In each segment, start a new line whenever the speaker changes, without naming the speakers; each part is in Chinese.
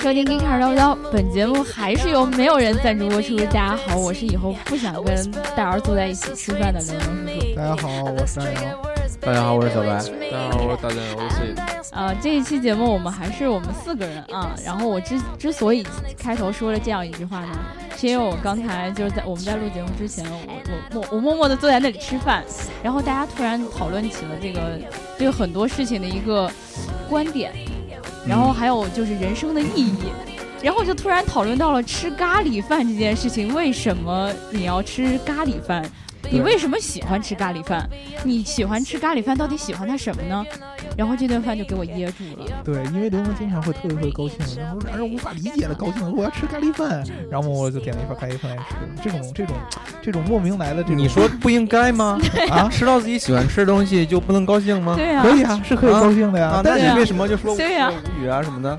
收听《跟儿叨叨》，本节目还是由没有人赞助播出。大家好，我是以后不想跟大姚坐在一起吃饭的刘能叔叔。
大家 好，我是大姚。
大家好，我是小白。
大家好，我是大家，我是 C。
呃，这一期节目我们还是我们四个人啊。然后我之之所以开头说了这样一句话呢，是因为我刚才就是在我们在录节目之前，我我默我默默的坐在那里吃饭，然后大家突然讨论起了这个对很多事情的一个观点，然后还有就是人生的意义。然后就突然讨论到了吃咖喱饭这件事情，为什么你要吃咖喱饭？你为什么喜欢吃咖喱饭？你喜欢吃咖喱饭，到底喜欢它什么呢？然后这顿饭就给我噎住了。
对，因为刘能经常会特别特别高兴，然后让人无法理解的高兴，我要吃咖喱饭，然后我就点了一份咖喱饭来吃。这 种这种这种莫名来的这种，
你说不应该吗？
啊，
吃到自己喜欢吃的东西就不能高兴吗？
对呀、
可以啊，是可以高兴的呀，
啊，
但
那
是
对啊
你为什么就说我
对呀
无语啊什么的？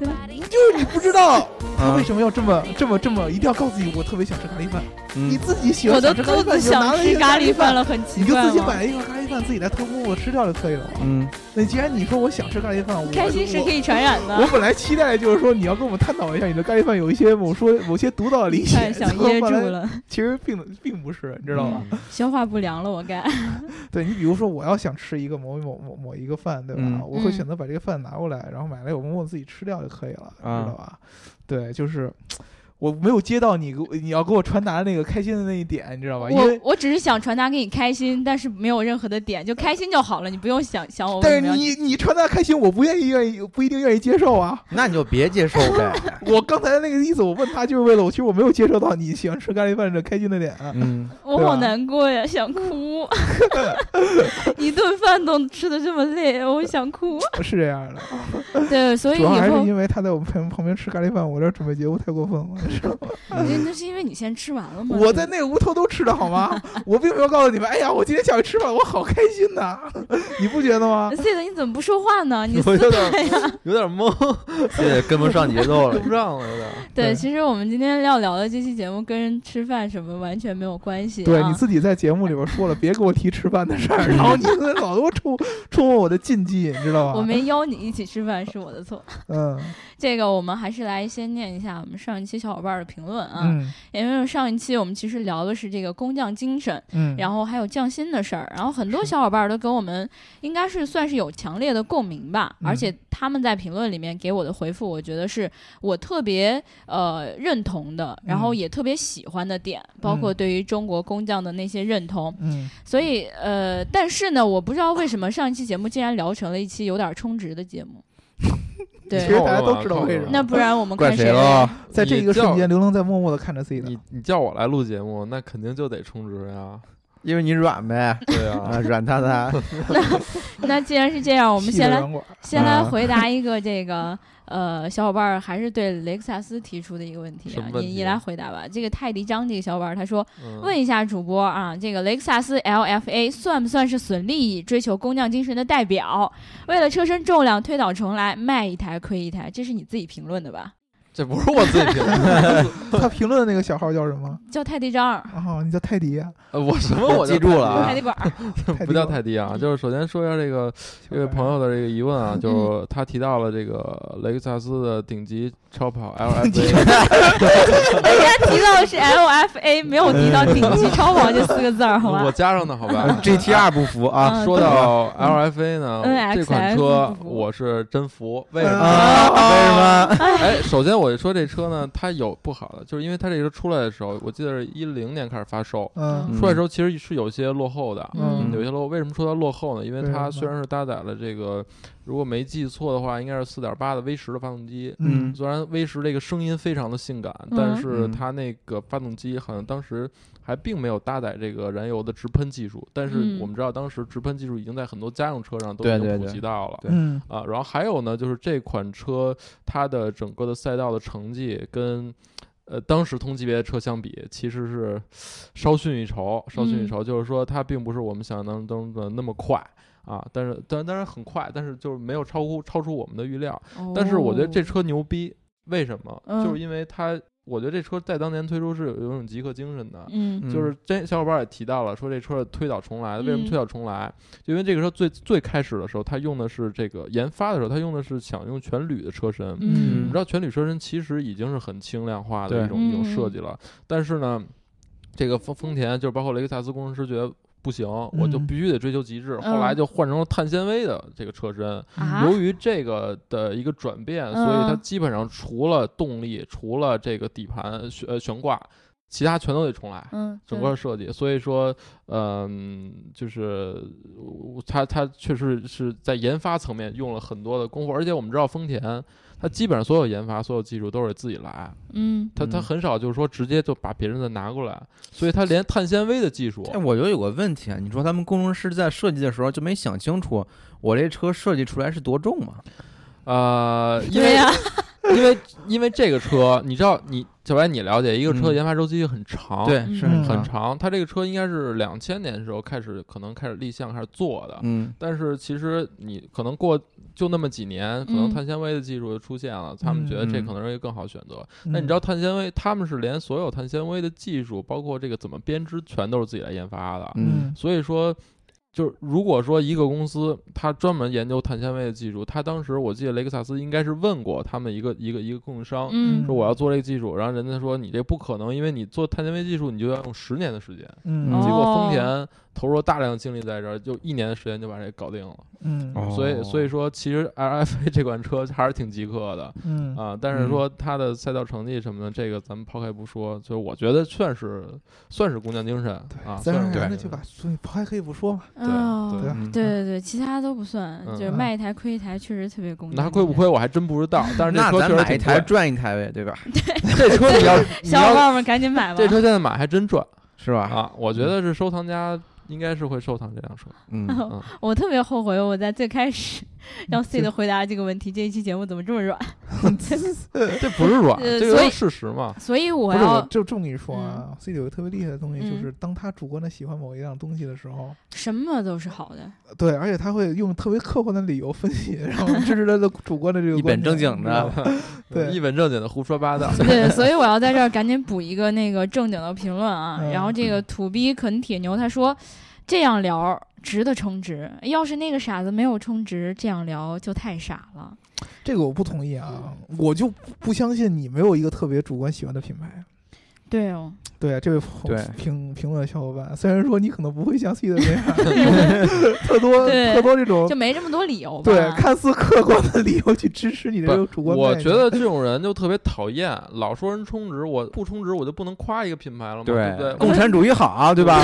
就是你不知道他
啊
为，什么要这么这么这么，一定要告诉你我特别想吃咖喱饭，你
嗯，
自己喜欢
我的
想吃咖
肚
喱饭，
子
你就
想
拿了一
吃
个
咖喱
喱
饭了，，很奇
你就
怪
自己
吗？
买一个咖喱饭，自己来偷摸我吃掉就可以了嘛。
嗯，
那既然你说我想吃咖喱饭，我
开心是可以传染
我
的
我，本来期待就是说你要跟我们探讨一下你的咖喱饭有一些某说某些独到的理解
太，想噎住
结果后来
了，
其实并并不是，你知
知
道吗？？
消化不良了，我该。
嗯
对你比如说我要想吃一个某某某某一个饭，对吧？
嗯
我会
嗯
选择把这个饭拿过来，然后买来我默默自己吃掉就可以了，
啊
知道吧？对，就是。我没有接到你给我你要给我传达的那个开心的那一点，你知道吧？因
我
为
我只是想传达给你开心，但是没有任何的点，就开心就好了，你不用想想我为
但
什
是
么要。
你你传达开心，我不愿意愿意不一定愿意接受啊。
那你就别接受呗。
我刚才那个意思，我问他就是为了我，其实我没有接受到你喜欢吃咖喱饭的开心的点啊。
嗯，
我
对吧
好难过呀，想哭， 一顿饭都吃的这么累，我想哭。
是这样的，
对，所以
主要
以
还
后
是因为他在我们旁旁边吃咖喱饭，我这准备节目太过分了， 你知道吗？
嗯
因为那是因为你先吃完了嘛。
嗯我在那个屋偷偷吃的好吗？我并没有告诉你们，哎呀，我今天想去吃饭，我好开心呐、 你不觉得吗？
C 的，你怎么不说话呢？ 你
我有点
对呀，
有点懵，对，跟不上节奏了，
跟不上了，有点。
对，
对
其实我们今天要聊的这期节目跟吃饭什么完全没有关系、啊。
对，你自己在节目里边说了，别给我提吃饭的 事儿，然后你老给我触触摸我的禁忌，你知道
我
吧？
没邀你一起吃饭是我的错。
嗯
这个我们还是来先念一下我们上一期小伙伴的评论啊，
嗯
因为上一期我们其实聊的是这个工匠精神，
嗯，
然后还有匠心的事儿，然后很多小伙伴儿都跟我们应该是算是有强烈的共鸣吧，
嗯
而且他们在评论里面给我的回复，我觉得是我特别呃认同的，然后
嗯
也特别喜欢的点，包括
嗯
对于中国工匠的那些认同，
嗯
所以呃，但是呢，我不知道为什么上一期节目竟然聊成了一期有点充值的节 目，
其实
对，
大家都知道为什么
那不然我们
怪
看
谁
谁
了？
在这一个瞬
你
间，刘能在默默的看着自己
叫
的
你你叫我来录节目，那肯定就得充值呀。
因为你软呗，
对
啊，
啊，
软塌塌。
那既然是这样，我们
细的
先来
软管儿，
先来
啊
回答一个这个呃，小伙伴儿还是对雷克萨斯提出的一个问题
什
啊
么，问
你
题
你来回答吧。这个泰迪张这个小伙伴儿他说，
嗯
问一下主播啊，这个雷克萨斯 LFA 算不算是损利益、追求工匠精神的代表？为了车身重量推倒重来，卖一台亏一台，这是你自己评论的吧？
这不是我自己评 的，
他评论的那个小号叫什么？
叫泰迪张，
哦，你叫泰迪 啊？
呃我什么我
记住了啊
泰迪管儿，
泰迪
不叫泰迪
嗯
啊，就是首先说一下这个这位朋友的这个疑问啊，就是他提到了这个雷克萨斯的顶级超 跑 LFA，
人家提到的是 LFA，没有提到顶级超跑这四个字儿，好
我
吧？
加上的好吧
GTR 不服啊，嗯
嗯
说到 LFA 呢，
NXF
这款车
不服
我是呃真服，为什么呢？
啊，为什么？
哎，首先我就说这车呢，它有不好的，就是因为它这车出来的时候，我记得是一零年开始发售，
嗯
嗯
出来的时候其实是有些落后的。
嗯
有些落后，为什么说它落后呢？因为
为什
它
么
虽然是搭载了这个，如果没记错的话，应该是四点八的 V 十的发动机。
嗯
嗯
虽然 V 十这个声音非常的性感，
嗯
但是
嗯
它那个发动机好像当时还并没有搭载这个燃油的直喷技术。但是
嗯
我们知道，当时直喷技术已经在很多家用车上都
对
已经
对
普
对
及到了。
嗯
啊，然后还有呢，就是这款车它的整个的赛道的成绩跟呃当时同级别的车相比，其实是稍逊一筹，稍逊
嗯
一筹。就是说它并不是我们想象当中的那么快啊，但是当当然很快，但是就是没有超乎超出我们的预料。但是我觉得这
哦
车牛逼，为什么？就
嗯
是因为它我觉得这车在当年推出是有一种极客精神的，
嗯
就是这小伙伴也提到了，说这车推倒重来的，为什么
嗯
推倒重来？就因为这个车最最开始的时候，它用的是这个研发的时候，它用的是想用全铝的车身。我们
嗯
知道全铝车身其实已经是很轻量化的
对
一种一种
嗯
设计了，但是呢，这个丰丰田就是包括雷克萨斯工程师觉得不行，我就
嗯
必须得追求极致，后
嗯
来就换成了碳纤维的这个车身。
啊嗯
由于这个的一个转变，所以它基本上除了动力，除了这个底盘悬呃悬挂，其他全都得重来。
嗯，
整
对
个设计，所以说，嗯，就是我它它确实是在研发层面用了很多的功夫，而且我们知道丰田，它基本上所有研发、所有技术都是自己来，
嗯
它它
嗯
很少就是说直接就把别人的拿过来，所以它连碳纤维的技术，
哎，我觉得有个问题啊，你说他们工程师在设计的时候就没想清楚，我这车设计出来是多重吗？
呃，因
对啊
为
呀，
因为因为这个车，你知道，你小白你了解，一个车
嗯
研发周期很长，，
对，
嗯
是啊
嗯
哦很
长，
长，它这个车应该是两千年的时候开始，可能开始立项开始做的，
嗯
但是其实你可能过就那么几年，可能碳纤维的技术就出现了，他们觉得这
嗯
可能是一个更好选择。
嗯
那你知道碳纤维，他们是连所有碳纤维的技术，包括这个怎么编织，全都是自己来研发的。
嗯，
所以说，就是如果说一个公司它专门研究碳纤维的技术，它当时我记得雷克萨斯应该是问过他们一个一个一个供应商。
嗯
说我要做这个技术，然后人家说你这不可能，因为你做碳纤维技术，你就要用十年的时间。
嗯
哦
结果丰田投入了大量的精力在这儿，就一年的时间就把这搞定了。
嗯
哦
所以所以说，其实 LFA 这款车还是挺极客的
嗯
啊、但是说它的赛道成绩什么的，这个咱们抛开不说，就是我觉得算是算是工匠精神啊，
咱
算是
们俩
工匠
那
精
就
神
把所以还可以不说嘛，
哦
对
对
嗯
对对对，其他都不算，
嗯
就是卖一台亏一台，确实特别公平。
拿亏不亏？我还真不知道，但是这
那
车
咱
确实
买一
挺
台
贵，
赚一台呗，对吧？
这车你要你
小伙
要
伴们赶 紧买吧！
这车现在买还真赚
是吧？
啊！我觉得是收藏家应该是会收藏这辆车，
嗯，
嗯，
我特别后悔，我在最开始
嗯
让 C 的回答这个问题，这一期节目怎么这么软？
这不是软，
呃
这个
所
都
以
是事实嘛，
所以我
不是，我
要
就这么跟你说啊，C
嗯
有个特别厉害的东西，就是当他主观的喜欢某一样东西的时候，
什么都是好的，
对，而且他会用特别客观的理由分析，然后支持他的主观的这个
一
观
本
点
正经的， 啊
对
一本正经的胡说八道，
对，所以我要在这儿赶紧补一个那个正经的评论啊。
嗯
然后这个土逼啃铁牛他说，这样聊儿值得充值，要是那个傻子没有充值，这样聊就太傻了。
这个我不同意啊，我就不相信你没有一个特别主观喜欢的品牌。
对哦，
对啊，这位
对
评评论小伙伴，虽然说你可能不会像 C 的那样 特多
对
特多这种
就没这么多理由吧？
对看似客观的理由去支持你这个主观概
我
念
觉得这种人就特别讨厌，老说人充值，我不充值我就不能夸一个品牌了吗？对不对？
共产主义好啊，对
对
吧？？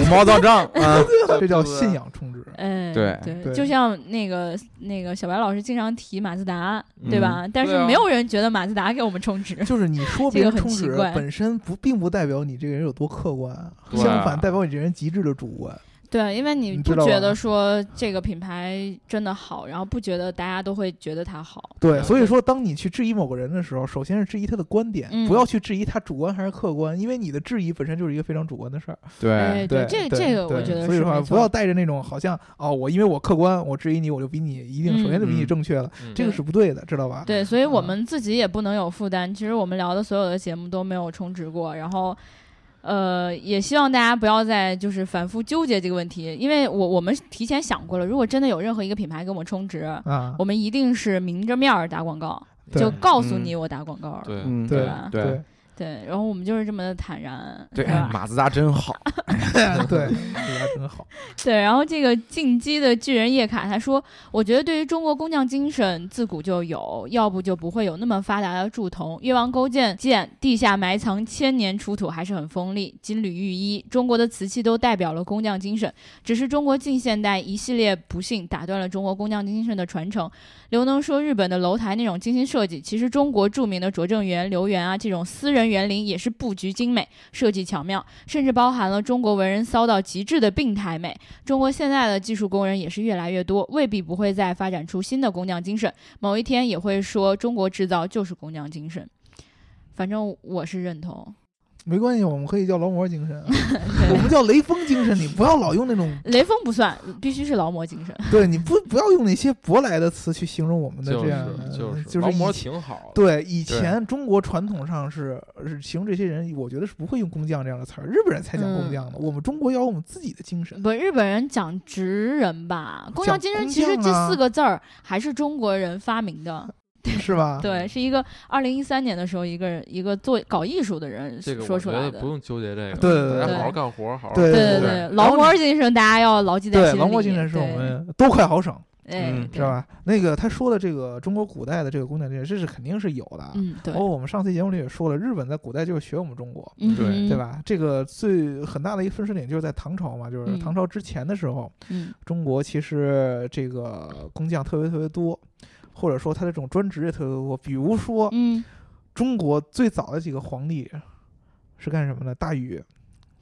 五毛到 账啊，
这叫信仰充值。
哎，
对
对，
对
就像那个那个小白老师经常提马自达，
嗯
对吧？但
对
是
啊
没有人觉得马自达给我们充值。
就是你说
这
别
个很
人充
奇
值
怪
本身不并不代表你这个人有多客观，
对
相反代表你这人极致的主观。
对，因为你
你
不
知道
觉
吗
得说这个品牌真的好，然后不觉得大家都会觉得它好。
对，所以说当你去质疑某个人的时候，首先是质疑他的观点，
嗯
不要去质疑他主观还是客观，因为你的质疑本身就是一个非常主观的事儿。
哎，
对，
对，这
对，
个这个我
对
觉得
所以
是
说
没
不要
错。
带着那种好像哦，我因为我客观，我质疑你，我就比你一定首先就比你
嗯
正确了，
嗯
这个是不对的，知道吧？
对，所以我
嗯
们自己也不能有负担。其实我们聊的所有的节目都没有充值过，然后。呃，也希望大家不要再就是反复纠结这个问题，因为我我们提前想过了，如果真的有任何一个品牌给我们充值，
啊，
我们一定是明着面儿打广告，
对
就告诉你我打广告了。
对，
嗯
对
吧
对
对
对，然后我们就是这么的坦然，
对，哎
吧
马自达真好，
对，这家真好。
对。然后这个进击的巨人叶卡他说，我觉得对于中国工匠精神自古就有，要不就不会有那么发达的铸铜，越王勾践剑地下埋藏千年出土还是很锋利，金缕玉衣，中国的瓷器都代表了工匠精神。只是中国近现代一系列不幸打断了中国工匠精神的传承。刘能说，日本的楼台那种精心设计，其实中国著名的拙政园、留园啊这种私人园林也是布局精美、设计巧妙，甚至包含了中国文人骚到极致的病态美。中国现在的技术工人也是越来越多，未必不会再发展出新的工匠精神。某一天也会说，中国制造就是工匠精神。反正我是认同，
没关系，我们可以叫劳模精神 啊，我们叫雷锋精神。你不要老用那种，
雷锋不算，必须是劳模精神。
对你不不要用那些舶来的词去形容我们的
就
这样
是，
就是
劳
以
模
前
挺好的，
对，以前中国传统上是是形容这些人，我觉得是不会用工匠这样的词儿，日本人才讲工
嗯
匠的。我们中国要有我们自己的精神，
不，日本人讲职人吧，工匠
讲
精神
工
其实
匠
这
啊
四个字儿还是中国人发明的。
是 吧？
对，是一个二零一三年的时候，一个人一个做搞艺术的人
这个
说
我
出
觉
来
得
的
不。用纠结这个，
对对
大
对
家好好干活，好好
对
对
对
对，
然
劳
后
模
你
精神大家要牢记在心
对，
里。
王国精神是我
对，
们多快好省，
哎，
嗯
对
是？吧？那个他说的这个中国古代的这个工匠精神，这是肯定是有的。
嗯，对
包，括我们上次节目里也说了，日本在古代就是学我们中国，
嗯
对
哼
对？吧？这个最很大的一个分水岭就是在唐朝嘛，就是
嗯
唐朝之前的时候，
嗯，
中国其实这个工匠特别特别多，或者说他这种专职也特别多。比如说，
嗯，
中国最早的几个皇帝是干什么的？大禹，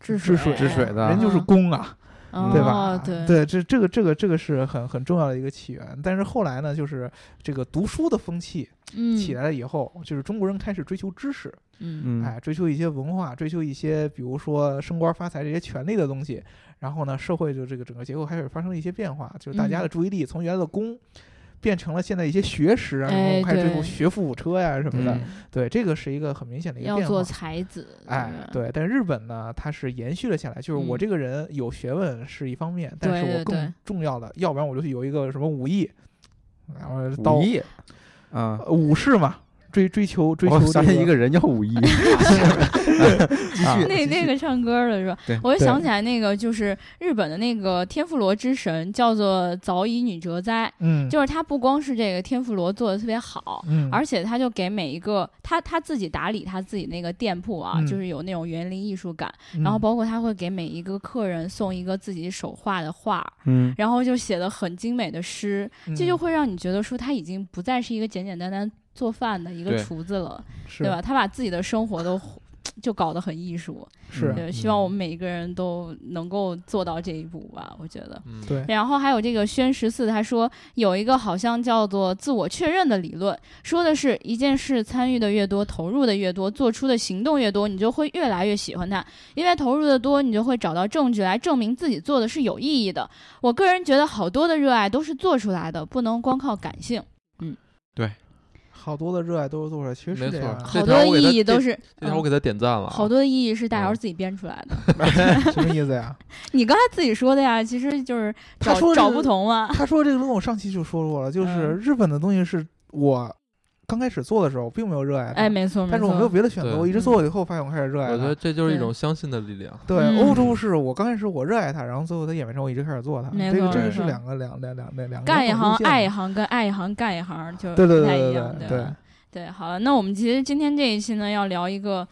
治
治
水
治水的
人就是工啊，
哦
对吧？
对，
这这个这个这个是很很重要的一个起源。但是后来呢，就是这个读书的风气
嗯，
起来了以后，就是中国人开始追求知识，
嗯，
嗯，
哎，追求一些文化，追求一些比如说升官发财这些权利的东西。然后呢，社会就这个整个结构开始发生了一些变化，就是大
嗯
家的注意力从原来的工。变成了现在一些学识啊，然
哎
后开始追求
对
学富五车呀、什么的，
嗯
对，这个是一个很明显的一个
要
变化
做。才子。
哎，
对吧，
对，但日本呢，它是延续了下来，就是我
嗯
这个人有学问是一方面，但
对
是
对对
我更重要的，要不然我就有一个什么武艺，然后刀
武艺啊，
呃武士嘛，追追求追求
我发
这
现一个人叫武艺，啊继续
那那个唱歌的是吧
对？
我就
对
想起来那个就是日本的那个天妇罗之神叫做早乙女哲哉，
嗯
就是她不光是这个天妇罗做的特别好。
嗯，
而且她就给每一个她她自己打理她自己那个店铺啊，
嗯
就是有那种园林艺术感。然后包括她会给每一个客人送一个自己手画的画，
嗯，
然后就写的很精美的诗，
嗯
这就会让你觉得说他已经不再是一个简简单单做饭的一个
对
厨子了，
是
对吧？他把自己的生活都就搞得很艺术，
是嗯
对，希望我们每一个人都能够做到这一步吧，我觉得。
嗯，
对
然后还有这个宣十四，他说有一个好像叫做自我确认的理论，说的是一件事参与的越多，投入的越多，做出的行动越多，你就会越来越喜欢它，因为投入的多，你就会找到证据来证明自己做的是有意义的。我个人觉得好多的热爱都是做出来的，不能光靠感 性，
好多的热爱都是做出来，其实
没
是这
错
样啊，
这
好多
条
的
我给他
意义
这
都是
这条我
嗯
给他点赞了啊，
好多的意义是大姚
嗯
自己编出来的。
啊 什么意思 呀？
你刚才自己说的呀，其实就是
他
找
说
找
是
不同嘛。
他说这个东西我上期就说过了，就是
嗯
日本的东西是我刚开始做的时候并没有热爱它，
哎，没错，
但是我没有
错
别的选择，
对
我一直
嗯
做了以后发现我开始热爱它。
我觉得这就是一
对
种相信的力量。
对，
嗯
欧洲是我刚开始我热爱它，然后最后它演变成我一直开始做它，
没
这个
错
这个
没
是
错
两个两两两两两个
干一行
路线
爱一行，跟爱一行干一行就
对对
不
对
太一
对
样，
对
吧对，好了，那我们其实今天这一期呢，要聊一个，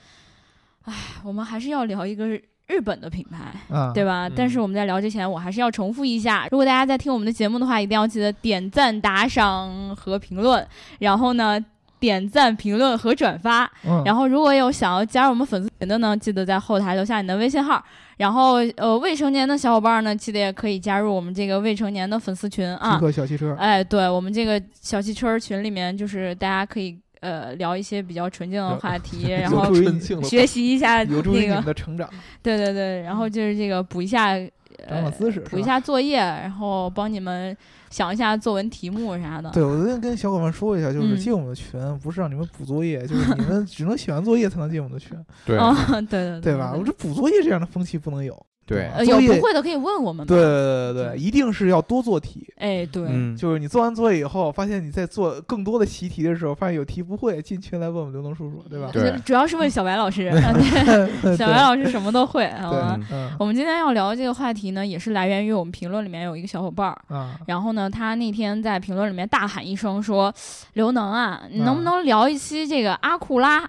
唉，我们还是要聊一个日本的品牌，
对啊，
对吧？但是
嗯
我们在聊之前，我还是要重复一下，如果大家在听我们的节目的话，一定要记得点赞、打赏和评论，然后呢。点赞、评论和转发，
嗯，
然后如果有想要加入我们粉丝群的呢，记得在后台留下你的微信号。然后，呃，未成年的小伙伴呢，记得也可以加入我们这个未成年的粉丝群啊。
极客小汽车，
哎，对我们这个小汽车儿群里面，就是大家可以呃聊一些比较纯净的话题， 然后
有助于
纯
你
净的
学习一下 那
有助于你们
个，
的 成长，
对对对，然后就是这个补一下
长
呃
长姿势。
补
是
一
吧
下作业，然后帮你们想一下作文题目啥的。
对，我昨天跟小伙伴说一下，就
嗯
是进我们的群，不是让你们补作业，就是你 们只能写完作业才能进我们的群，
对
嗯， 对对
对吧？我这补作业这样的风气不能有。
对，
呃，有
作业
不会的可以问我们。
对，对嗯对对，一定是要多做题。
哎，对，
嗯，
就是你做完作业以后，发现你在做更多的习题的时候，发现有题不会，进群来问我们刘能叔叔，对吧？
就
对
主要是问小白老师，啊对
对
小白老师什么都会好吧
嗯
嗯
我们今天要聊的这个话题呢，也是来源于我们评论里面有一个小伙伴儿，
啊，
然后呢，他那天在评论里面大喊一声说：“刘能啊，你能不
啊
能聊一期这个阿库拉？”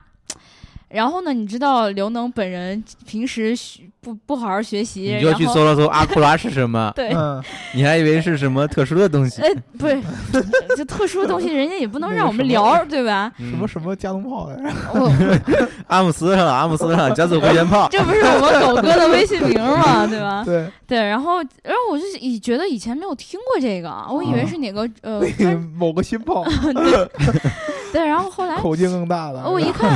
然后呢，你知道刘能本人平时学不不好好学习，
你就
然
去
后，
搜了搜阿库拉是什么
对，
嗯，
你还以为是什么特殊的东西，
呃，不是， 这特殊的东西人家也不能
那
让
个
我们
什么
聊，对吧？
什
什么什么加农炮来着？
我，
阿姆斯特朗，阿姆斯特 朗加速回旋炮
这不是我们狗哥的微信名吗？对吧？
对，
对，然后然后我就以觉得以前没有听过这个，我以为
啊
是哪个呃专
某个新炮，
对，然后后来
口径更大了。
哦我 一看，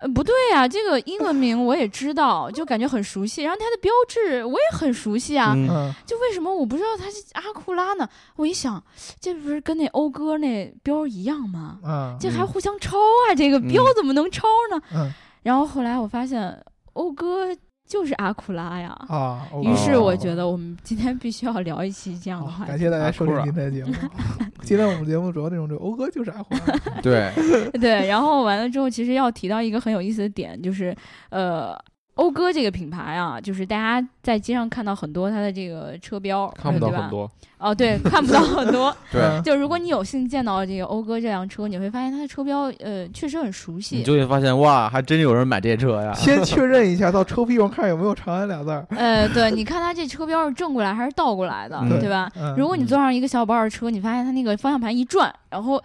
呃不对呀、这个英文名我也知道，就感觉很熟悉。然后它的标志我也很熟悉啊，
嗯
嗯，
就为什么我不知道它是阿库拉呢？我一想，这不是跟那讴歌那标一样吗？
嗯
这还
嗯
互相抄啊！这个标
嗯
怎么能抄呢？
嗯
然后后来我发现，讴歌就是阿库拉呀。
啊，
于是
哦
我觉
得。
得我们今天必须要聊一期这样的
好
话
哦感
题。
谢大家
阿
收
库
听
尔
今天的节目。
嗯
今天我们节目主要内容就是欧哥就是阿花，
对，
对，然后完了之后，其实要提到一个很有意思的点，就是呃。讴歌这个品牌啊，就是大家在街上看到很多它的这个车标，
看不到
对吧
很多，
哦，对，看不到很多。
嗯
对，
就如果你有幸见到这个讴歌这辆车，你会发现它的车标，呃，确实很熟悉
你。就会发现哇，还真有人买这车呀。
先确认一下到车屁股上看有没有“长安”俩字 儿。
呃，对，你看它这车标是正过来还是倒过来的，
嗯
对吧？
嗯，
如果你
嗯
坐上一个小宝二车，你发现它那个方向盘一转，然后，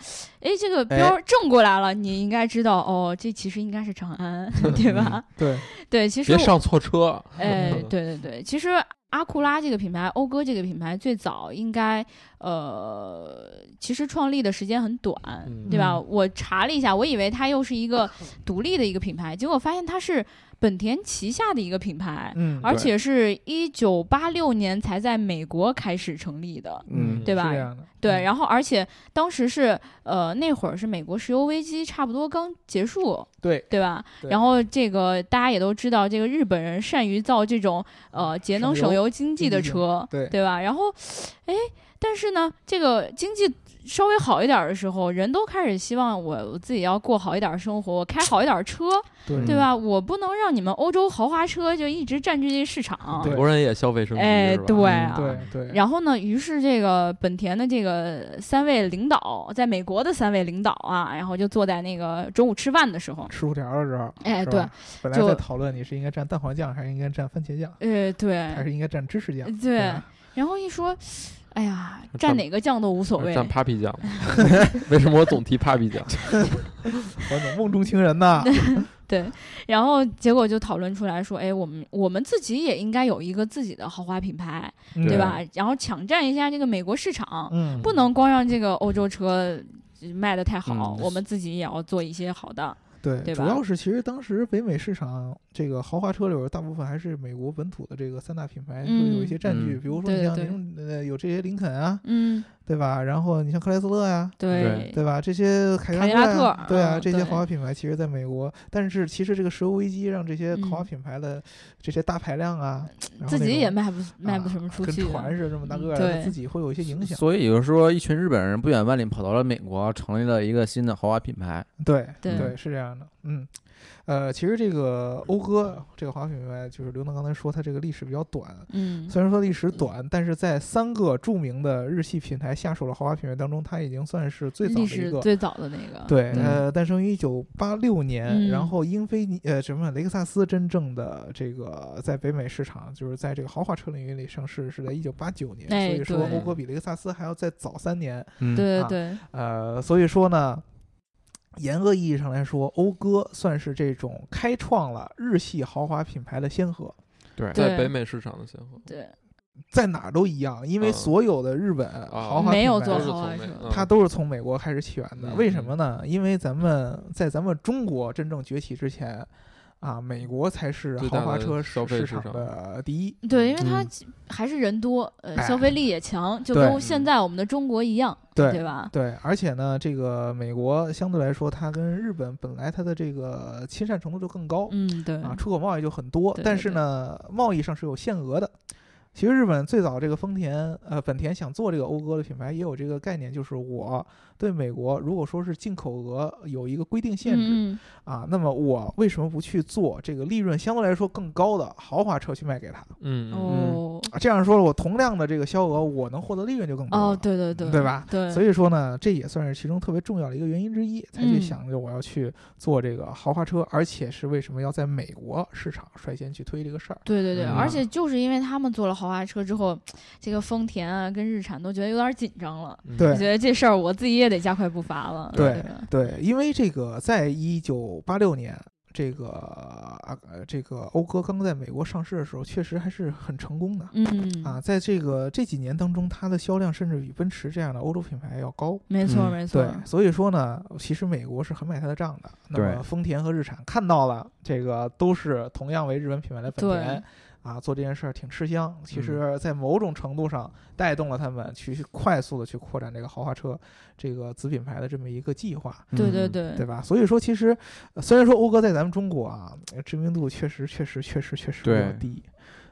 哎，这个
哎
标正过来了，你应该知道哦，这其实应该是长安， 对吧？
对，
对，其
嗯
实
别
我
上错车。
哎，对对对，其实阿库拉这个品牌，讴歌这个品牌最早应该呃，其实创立的时间很短，
嗯
对吧？
嗯
我查了一下，我以为它又是一个 独立的一个品牌，结果发现它是本田旗下的一个品牌，
嗯，
而且是一九八六年才在美国开始成立的。
嗯，
对吧
是这样的，
对，然后而且当时是呃那会儿是美国石油危机差不多刚结束，
对，
对吧？
对
然后这个大家也都知道，这个日本人善于造这种呃节能
省油
省油经济的车，
经济型对
吧？然后，哎，但是呢，这个经济稍微好一点儿的时候，人都开始希望我我自己要过好一点儿生活，我开好一点儿车，
嗯
对？
对
吧？我不能让你们欧洲豪华车就一直占据这市场，
美
对嗯
国人也消费升级，
哎
是，吧
对啊。
对对，
然后呢？于是这个本田的这个三位领导，在美国的三位领导啊，然后就坐在那个中午吃饭的时候，
吃薯条的时候，
哎
是
对
吧，本来
就
在讨论你是应该蘸蛋黄酱，还是应该蘸番茄酱，
呃，对，
还是应该蘸芝士酱，
对
吧
然后一说，哎呀，
蘸
蘸哪个酱都无
呃
所谓。
蘸 Papi 酱，为什么我总提 Papi 酱？
我怎么梦中情人呢？
对，然后结果就讨论出来说，哎，我们我们自己也应该有一个自己的豪华品牌，
嗯
对？吧？然后抢占一下这个美国市场，
嗯，
不能光让这个欧洲车。卖的太好，
嗯
我们自己也要做一些好的。
对，
对
主
吧
要是其实当时北美市场这个豪华车里边，大部分还是美国本土的这个三大品牌会有一些占据，
嗯
比如说
对
你像
对
林呃有这些林肯啊，
嗯，
对吧？然后你像克莱斯勒呀、
对
对吧？这些凯迪
凯迪
拉
拉
克
克
啊，对啊，
嗯
这些
对
豪华品牌其实在美国，但是其实这个石油危机让这些
嗯
豪华品牌的这些大排量啊，然后
自
那
己
种
也卖不卖不
啊
什么出
跟
去。
船似的这么大个
嗯
儿
对
的，自己会有一些影响。
所以有人说，一群日本人不远万里跑到了美国，成立了一个新的豪华品牌。
对
对
是这样的，嗯，呃，其实这个讴歌这个华品牌，就是刘能刚才说，它这个历史比较短，
嗯，
虽然说历史短，但是在三个著名的日系品牌下属的豪华品牌当中，它已经算是最早的
历
一
史
个。
最早的那个。
对，
嗯
呃，诞生于一九八六年，
嗯
然后英菲尼呃什么雷克萨斯真正的这个在北美市场，就是在这个豪华车领域里上市是在一九八九年，
哎
所以说
对
讴歌比雷克萨斯还要再早三年。
嗯，
对
啊
对对，
呃，所以说呢，严格意义上来说，讴歌算是这种开创了日系豪华品牌的先河，
对
对
在北美市场的先河，
对
在哪儿都一样，因
嗯
为
啊
所有的日本豪华
没
品
有
牌
做
都是
好豪
从
华
美
车
嗯
它都是从美国开始起源的。
嗯
为什么呢？因为咱们在咱们中国真正崛起之前。啊，美国才是
最
豪
大
华
的
车
消
市
费市
场
场
的第一。
对，因为它
嗯
还是人多，呃，
哎
消费力也强，就
对嗯
跟现在我们的中国一样，
对
对吧？
对，而且呢，这个美国相对来说，它跟日本本来它的这个亲善程度就更高，
嗯，对，
啊，出口贸易就很多，
对
但
对
是
对
呢，贸易上是有限额的。其实日本最早这个丰田，呃，本田想做这个讴歌的品牌，也有这个概念，就是我对美国如果说是进口额有一个规定限制、
嗯
啊，那么我为什么不去做这个利润相对来说更高的豪华车去卖给他？
嗯，
嗯
嗯
哦
啊这样说，我同量的这个销额，我能获得利润就更高了。
哦，对对对，
嗯对吧？
对，
所以说呢，这也算是其中特别重要的一个原因之一，才去
嗯
想着我要去做这个豪华车，而且是为什么要在美国市场率先去推这个事儿。
对对对，
嗯
而且就是因为他们做了豪华车之后，这个丰田啊跟日产都觉得有点紧张了，
嗯
对
我觉得这事儿我自己也得加快步伐了，
对
吧
对，因为这个，在一九八六年，这个啊呃这个讴歌刚在美国上市的时候，确实还是很成功的。
嗯
啊，，在这个这几年当中，它的销量甚至比奔驰这样的欧洲品牌要高。
没错
嗯
没错
对，，所以说呢，其实美国是很买它的账的。那
对
么丰田和日产看到了这个都是同样为日本品牌的本田
对，
啊，做这件事儿挺吃香。其实，在某种程度上带动了他们去快速的去扩展这个豪华车这个子品牌的这么一个计划。
对对，对
对吧？所以说，其实呃虽然说讴歌在咱们中国啊，呃知名度确实、确实、确实、确实比较
对
低。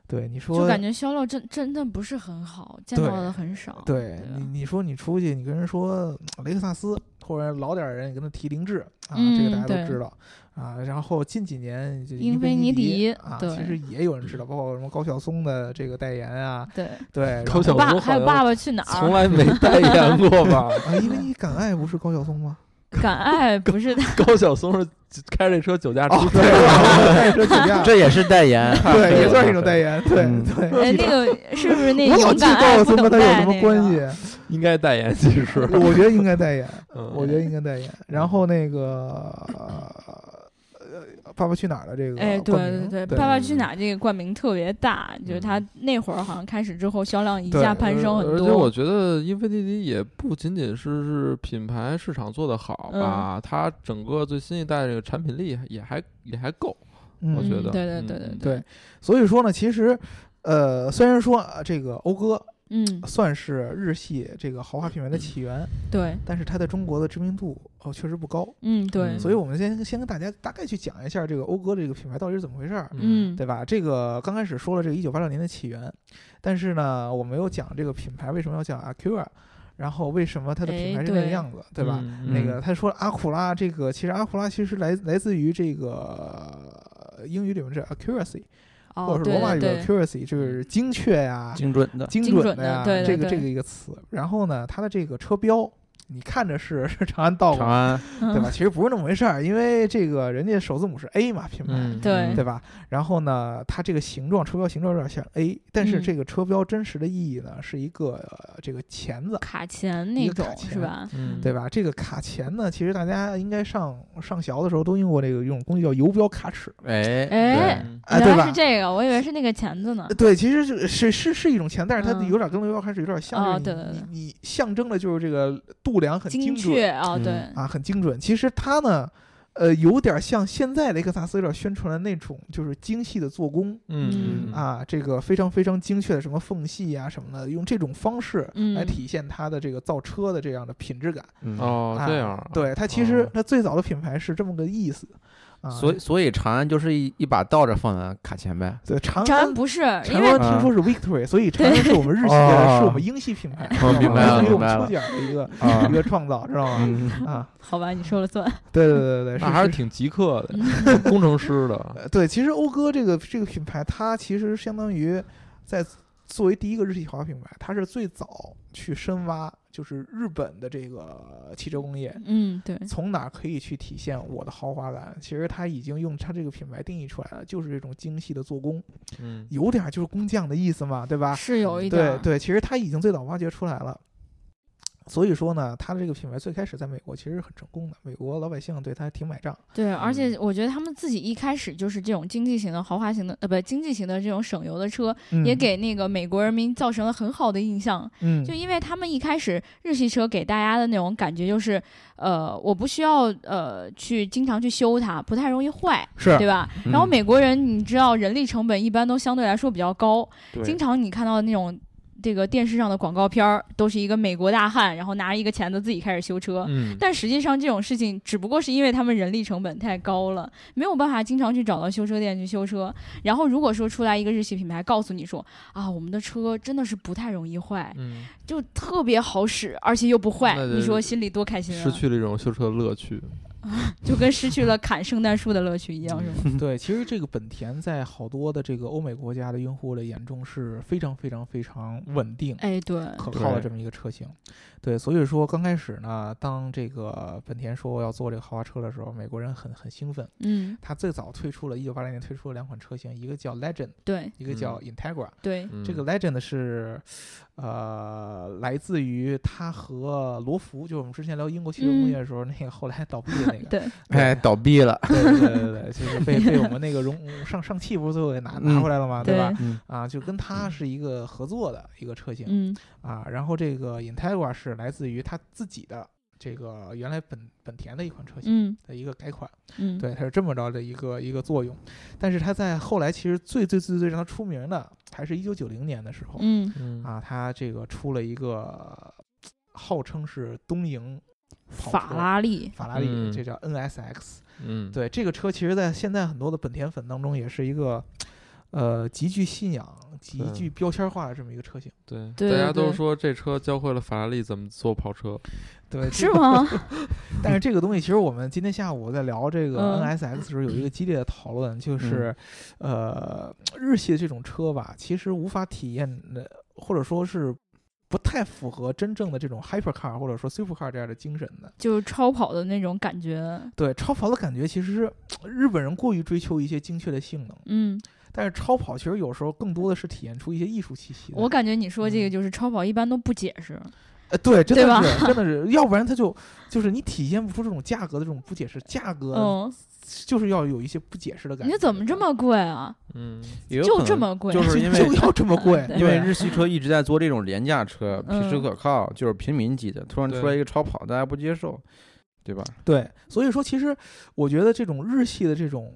对，你说，
就感觉销量真真的不是很好，见
对
到的很少。
对
对吧啊
你，你说你出去，你跟人说嗯雷克萨斯，或者老点儿人，你跟他提凌志啊，这个
嗯
大家都
对
知道啊。然后近几年就
英
菲
菲尼
迪
迪
啊，
对
其实也有人知道，包括什么高晓松的这个代言啊，
对，
对，然
高
后
晓
我爸
松
还
好
有爸
像
爸去哪
从
儿？
来没代言过 吧？
啊，因为你敢爱不是高晓松吗？
敢爱不是他，
高晓松是开着车酒驾出
哦对， 开车酒驾，
啊这也是代 言，
对，也算是一种代言，对
嗯
对。
哎，那个是不是那
我老
勇
记
敢
高
爱
晓
不
松
等
跟他有
待
什么
那
关
个？
系？
应该代言，其 实，
我觉得应该代言，
嗯
我觉得应该代言。然后那个呃，《爸爸去哪儿》的这个
哎，对
哦冠名
对
对，嗯
爸爸去哪儿》这个冠名特别大，就是他那会儿好像开始之后，销量一
对
下攀升
而
很
而且我
多。
觉得英菲尼迪也不仅仅是是品牌市场做得好吧，
嗯
它整个最新一代这个产品力也还也还够，
嗯
我觉得
嗯对对对
嗯
对
对，所以说呢，其实呃，虽然说啊这个讴歌
嗯，
算是日系这个豪华品牌的起源，
对，
但是它在中国的知名度哦确实不高。
嗯对
嗯，
所以我们先先跟大家大概去讲一下这个讴歌这个品牌到底是怎么回事儿。
嗯
对吧？这个刚开始说了这个一九八六年的起源，但是呢，我没有讲这个品牌为什么要叫 Acura，然后为什么它的
哎
品牌是那个
对
样子，对吧？
嗯
那个他说阿库拉这个，其实阿库拉其实来来自于这个呃英语里面是 accuracy，、或
哦
者是
对
罗马
对
语的
对，
accuracy，就是精确呀、
精准的，
精
精
准
准
的
的
呀，
对对
这
对
个这个一个词。然后呢，它的这个车标，你看着是 是长安道
长
嘛，
安，
嗯
对吧？其实不是那么回事儿，因为这个人家首字母是 A 嘛，品牌。
嗯，
对
对吧？然后呢，它这个形状，车标形状有点像 A，但是
嗯
这个车标真实的意义呢，是一个、呃这个钳子，
卡钳
一
那
个
种
卡
是
钳
吧？
嗯
对吧？这个卡钳呢，其实大家应该上上学的时候都用过这个一种工具叫游标卡尺，
哎
哎
嗯
哎，对
原来
吧
是？这个，我以为是那个钳子呢。
对，其实是是是是一种钳，但是它
嗯
有点跟游标卡尺有点像，
哦
就是
对对
你你你象征的就是这个度量 很
精
准
确啊，
嗯
对，
啊，很精准。其实它呢，呃，有点像现在雷克萨斯有点宣传的那种，就是精细的做工，
嗯
啊，这个非常非常精确的什么缝隙啊什么的，用这种方式
嗯
来体现它的这个造车的这样的品质感。
嗯
哦
啊
这样，，
对，它其实
哦
它最早的品牌是这么个意思啊。
所以所以长安就是一一把倒着放在卡钳呗，
对长
长
安
安，不是，因
长
为
安听说是 Victory，所以长安是我们日系的，
哦
是我们英系品牌，
哦明白
是
了
一
明
种
白
粗
了
点儿的一个
啊
一个创造，知道吗？
嗯
啊，
好吧，你说了算。
对对对对，
那还是
是。
挺极客的，
嗯
工程师
啊
的，
呃对，其实讴歌这个这个品牌，它其实相当于在作为第一个日系豪华品牌，它是最早去深挖就是日本的这个汽车工业，
嗯， 对，
从哪儿可以去体现我的豪华感？其实它已经用它这个品牌定义出来了，就是这种精细的做工，
嗯
有点儿就是工匠的意思嘛，对吧？嗯
是有一点
对
儿，
对，其实它已经最早挖掘出来了。所以说呢，它的这个品牌最开始在美国其实是很成功的，美国老百姓对它挺买账。
对，而且
嗯
我觉得他们自己一开始就是这种经济型的豪华型的，呃，不，经济型的这种省油的车，也
嗯
给那个美国人民造成了很好的印象。
嗯
就因为他们一开始日系车给大家的那种感觉就是，呃，我不需要呃去经常去修它，不太容易坏，
是嗯
对吧？然后美国人你知道人力成本一般都相对来说比较高，经常你看到那种这个电视上的广告片儿，都是一个美国大汉，然后拿着一个钳子自己开始修车。
嗯，
但实际上这种事情只不过是因为他们人力成本太高了，没有办法经常去找到修车店去修车。然后如果说出来一个日系品牌告诉你说啊，我们的车真的是不太容易坏，
嗯，
就特别好使，而且又不坏
那，得
你说心里多开心
失
啊！
去了一种修车的乐趣，
就跟失去了砍圣诞树的乐趣一样，是吗？
对，其实这个本田在好多的这个欧美国家的用户的眼中是非常非常非常稳定、
哎，对，
可靠的
对
这么一个车型。对，所以说刚开始呢，当这个本田说要做这个豪华车的时候，美国人很很兴奋。
嗯，
他最早推出了1980年推出了两款车型，一个叫 Legend，
对
嗯
一个叫 Integra。
对，
这个 Legend 是，呃，来自于他和罗孚，就是我们之前聊英国汽车工业的时候，那个后来倒闭的那个，
对，
哎，倒闭了，
对对对对对，就是被被我们那个融上上汽不是最后给拿拿回来了吗？对吧？
嗯
啊，就跟他是一个合作的一个车型
嗯
啊，然后这个 Integra 是来自于他自己的这个原来本本田的一款车型
嗯
的一个改款，
嗯，
对，它是这么着的一个一个作用。但是它在后来其实最最最最让它出名的，还是一九九零年的时候，
嗯，
嗯
啊，他这个出了一个号称是东瀛跑
法
车
拉 利，
法拉利，
嗯
这叫 NSX。
嗯，
对，这个车其实在现在很多的本田粉当中也是一个呃极具信仰、极
对
具标签化的这么一个车型。
对
对
大
对
家都
对
说这车教会了法拉利怎么做跑车，
对，这
是吗？
但是这个东西其实我们今天下午在聊这个
嗯
NSX 的时候有一个激烈的讨论，就是呃日系的这种车吧，其实无法体验的，或者说是。不太符合真正的这种 hypercar 或者说 supercar 这样的精神的，
就是超跑的那种感觉，
对超跑的感觉，其实是日本人过于追求一些精确的性能，
嗯，
但是超跑其实有时候更多的是体现出一些艺术气息的。
我感觉你说这个
嗯
就是超跑一般都不解释，
呃，对，真
对吧
的是，真的是，要不然它就就是你体现不出这种价格的这种不解释，价格
嗯，
就是要有一些不解释的感觉。
你怎么这么贵啊？
嗯，
也有
就
可
这
能
么贵，
就 是因为
就要这么贵？
对
因为
对
日系车一直在做这种廉价车，皮实
嗯
可靠，就是平民级的。突然出
对
来一个超跑，大家不接受，对吧？
对，所以说其实我觉得这种日系的这种。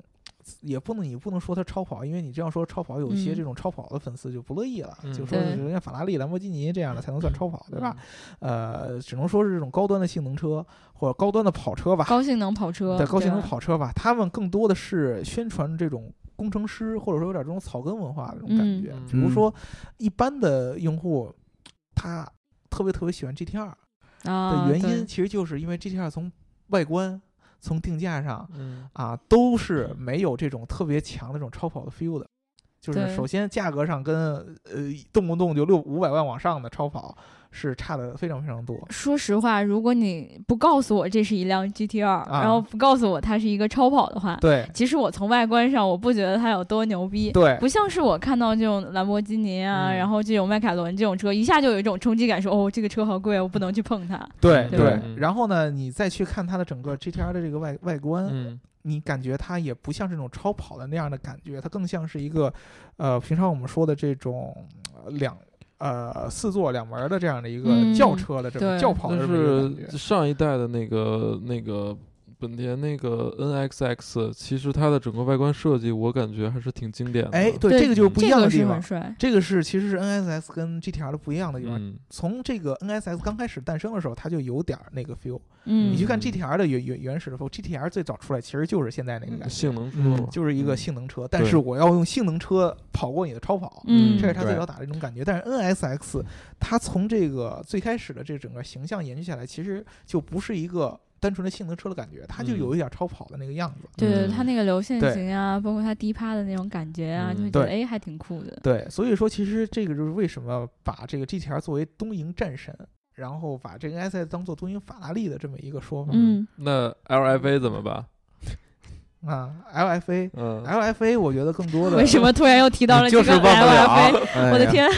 也不能，你不能说它超跑，因为你这样说超跑，有一些
嗯
这种超跑的粉丝就不乐意了，
嗯
就说
对嗯
是人家法拉利、兰博基尼这样的才能算超跑，对吧？呃，只能说是这种高端的性能车或者高端的跑车吧，
高性能跑车，
对高性能
吧，
跑车吧，他们更多的是宣传这种工程师或者说有点这种草根文化的这种感觉。
嗯
比如
嗯
说，一般的用户他特别特别喜欢 GTR
啊，
的原
对
因，其实就是因为 GTR 从外观、从定价上
嗯
啊，都是没有这种特别强的这种超跑的 feel 的。就是
对
首先价格上跟呃动不动就六五百万往上的超跑是差的非常非常多。
说实话，如果你不告诉我这是一辆 GTR，、
啊
然后不告诉我它是一个超跑的话，
对
其实我从外观上我不觉得它有多牛逼，
对
不像是我看到这种兰博基尼啊，
嗯
然后这种迈凯伦这种车，一下就有一种冲击感说，哦，这个车好贵，我不能去碰它。
对
对
对
吧，
然后呢，你再去看它的整个 GTR 的这个外外观，
嗯
你感觉它也不像是那种超跑的那样的感觉，它更像是一个，呃，平常我们说的这种呃两呃四座两门儿的这样的一个
嗯
轿车的这种、
对
轿跑的
但
这么一个感觉
是上一代的那个那个本田那个 NXX，其实它的整个外观设计，我感觉还是挺经典的。
哎，对，
对
这个就是不一
这
样的
个
地
是
方
很。帅，
这个是其实是 NSX 跟 GTR 的不一样的地方。
嗯，
从这个 NSX 刚开始诞生的时候，它就有点儿那个 feel。
嗯，
你去看
嗯
GTR 的原原原始的 feel，GTR 最早出来其实就是现在那个感觉，
性能车
嗯
嘛
就是一个性能车，但
对
是我要用性能车跑过你的超跑。
嗯，
这是他最
对
早打的一种感觉。但是 NSX 它从这个最开始的这整个形象延续下来，其实就不是一个单纯的性能车的感觉，它就
嗯
有一点超跑的那个样子。
对对，
嗯
它那个流线
对
型啊，包括它低趴的那种感觉啊，
嗯
就会觉得
对
哎还挺酷的。
对，所以说其实这个就是为什么把这个 GTR 作为东瀛战神，然后把这个 NSX 当做东瀛法拉利的这么一个说法、
嗯，
那 LFA 怎么办？
啊。LFA。
嗯，
LFA 我觉得更多 的
为什么突然又提到了这
就
个
是忘不了
LFA？，
哎
我的
呀，
天，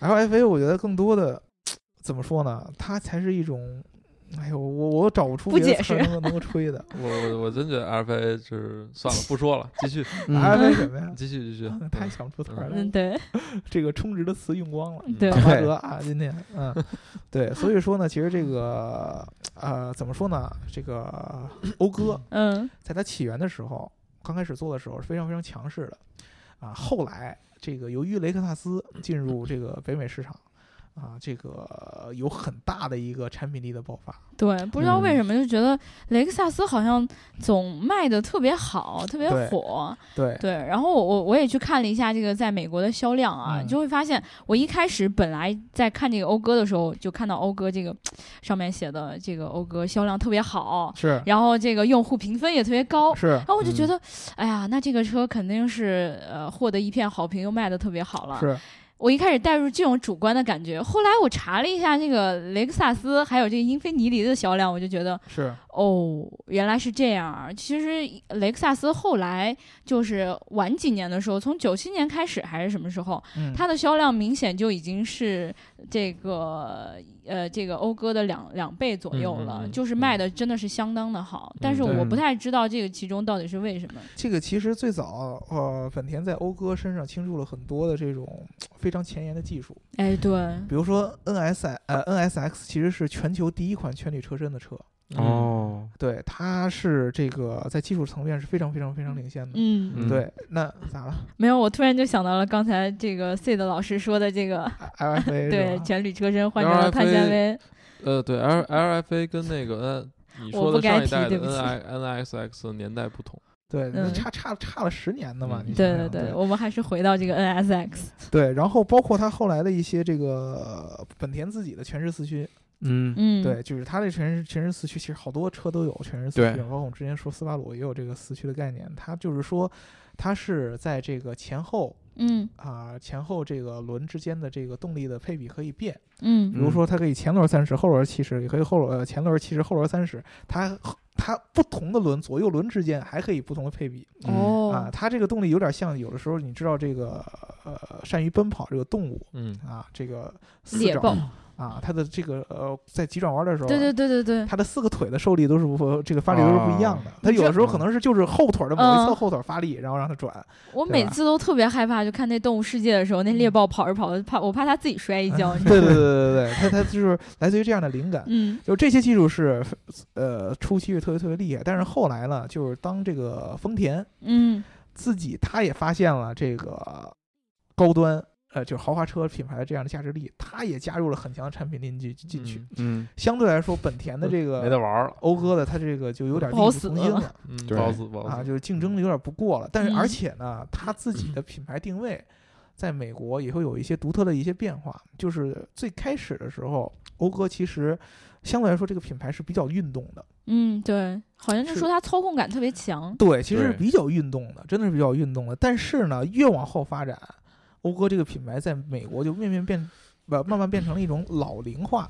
LFA 我觉得更多的怎么说呢？它才是一种，哎呦，我我找不出
不
别
解
的词儿
释
能够能够吹 的。
我我我真觉得 LFA 是算了，不说了，继 续
嗯
LFA 什 么呀？
继续继续。嗯
啊太想不出词儿
嗯，
了，
对
这个充值的词 用光了。
对
大巴德啊，今天，嗯，对，所以说呢，其实这个呃，怎么说呢？这个讴歌
嗯
在它起源的时候，刚开始做的时候是非常非常强势的，啊，后来这个由于雷克萨斯进入这个北美市场，啊，这个有很大的一个产品力的爆发，
对，不知道为
嗯
什么就觉得雷克萨斯好像总卖的特别好，特别
对
火。
对，
对，然后我我我也去看了一下这个在美国的销量啊，
嗯
就会发现我一开始本来在看这个讴歌的时候，就看到讴歌这个上面写的这个讴歌销量特别好，
是
然后这个用户评分也特别高。
是
然后我就觉
嗯
得，哎呀，那这个车肯定是呃获得一片好评，又卖的特别好了。
是，
我一开始带入这种主观的感觉，后来我查了一下这个雷克萨斯还有这个英菲尼迪的销量，我就觉得
是，
哦，原来是这样儿。其实雷克萨斯后来就是晚几年的时候，从九七年开始还是什么时候，
嗯，
它的销量明显就已经是这个呃这个讴歌的两两倍左右了，
嗯嗯嗯
就是卖的真的是相当的好。
嗯
但是我
对
不太知道这个其中到底是为什么。
这个其实最早呃，本田在讴歌身上倾注了很多的这种非常前沿的技术，
哎，对，
比如说 NS 呃 NSX 其实是全球第一款全铝车身的车，嗯
哦，
对，它是这个在技术层面是非常非常非常领先的。
嗯，
嗯
对，那咋了
没有，我突然就想到了刚才这个 C 的老师说的这个，
？LFA
对
是，吧
全铝车身换成了碳纤维，
呃，对，L L F A 跟那个 N，你
我
说
不
的上
该
一
提
代
对
的
不
N
起
I N X X 年代不同，
对，那
嗯
差差差了十年的嘛。
嗯
你想
对对
想
对，我们还是回到这个 NSX，
对，然后包括它后来的一些这个呃本田自己的全时四驱，
嗯，
嗯，
对，就是它这全时全时四驱，其实好多车都有全时四
对
驱，啊包括我们之前说斯巴鲁也有这个四驱的概念。它就是说，它是在这个前后
嗯
啊、前后这个轮之间的这个动力的配比可以变，
嗯
比如说它可以前轮三十，后轮七十，也可以后轮呃前轮七十，后轮三十，它它不同的轮左右轮之间还可以不同的配比。啊
嗯
哦，，
它这个动力有点像，有的时候你知道这个呃善于奔跑这个动物
嗯，
啊，这个四
猎
爪
豹，
啊，它的这个呃在急转弯的时候，
对对对对对，
它的四个腿的受力都是不这个发力都是不一样的。它有的时候可能是就是后腿的某一侧
嗯
后腿发力，然后让它转。
我
对
每
吧
次都特别害怕，就看那《动物世界》的时候，那猎豹跑着跑着，怕我怕它自己摔一跤，你知道
对
吗？
对对对对，它它就是来自于这样的灵感。
嗯
就这些技术是，呃，初期是特别特别厉害，但是后来呢，就是当这个丰田
嗯
自己他也发现了这个高端，呃，就是豪华车品牌的这样的价值力，他也加入了很强的产品力进进去。
嗯
嗯，
相对来说，本田的这
没得
个
玩儿了，
讴歌的，它这个就有点力
不好
不
死
从心
了
了
呃嗯，
对
包子包
啊，
子，
就是竞争力有点不过了。但是
嗯
而且呢，它自己 的品牌定位在美国也会有一些独特的一些变化。就是最开始的时候，讴歌其实相对来说这个品牌是比较运动的。
嗯，对，好像就是说它操控感特别强，
对，其实是
对
比较运动的，真的是比较运动的。但是呢，越往后发展，讴歌这个品牌在美国就面面变，不慢慢变成了一种老龄化，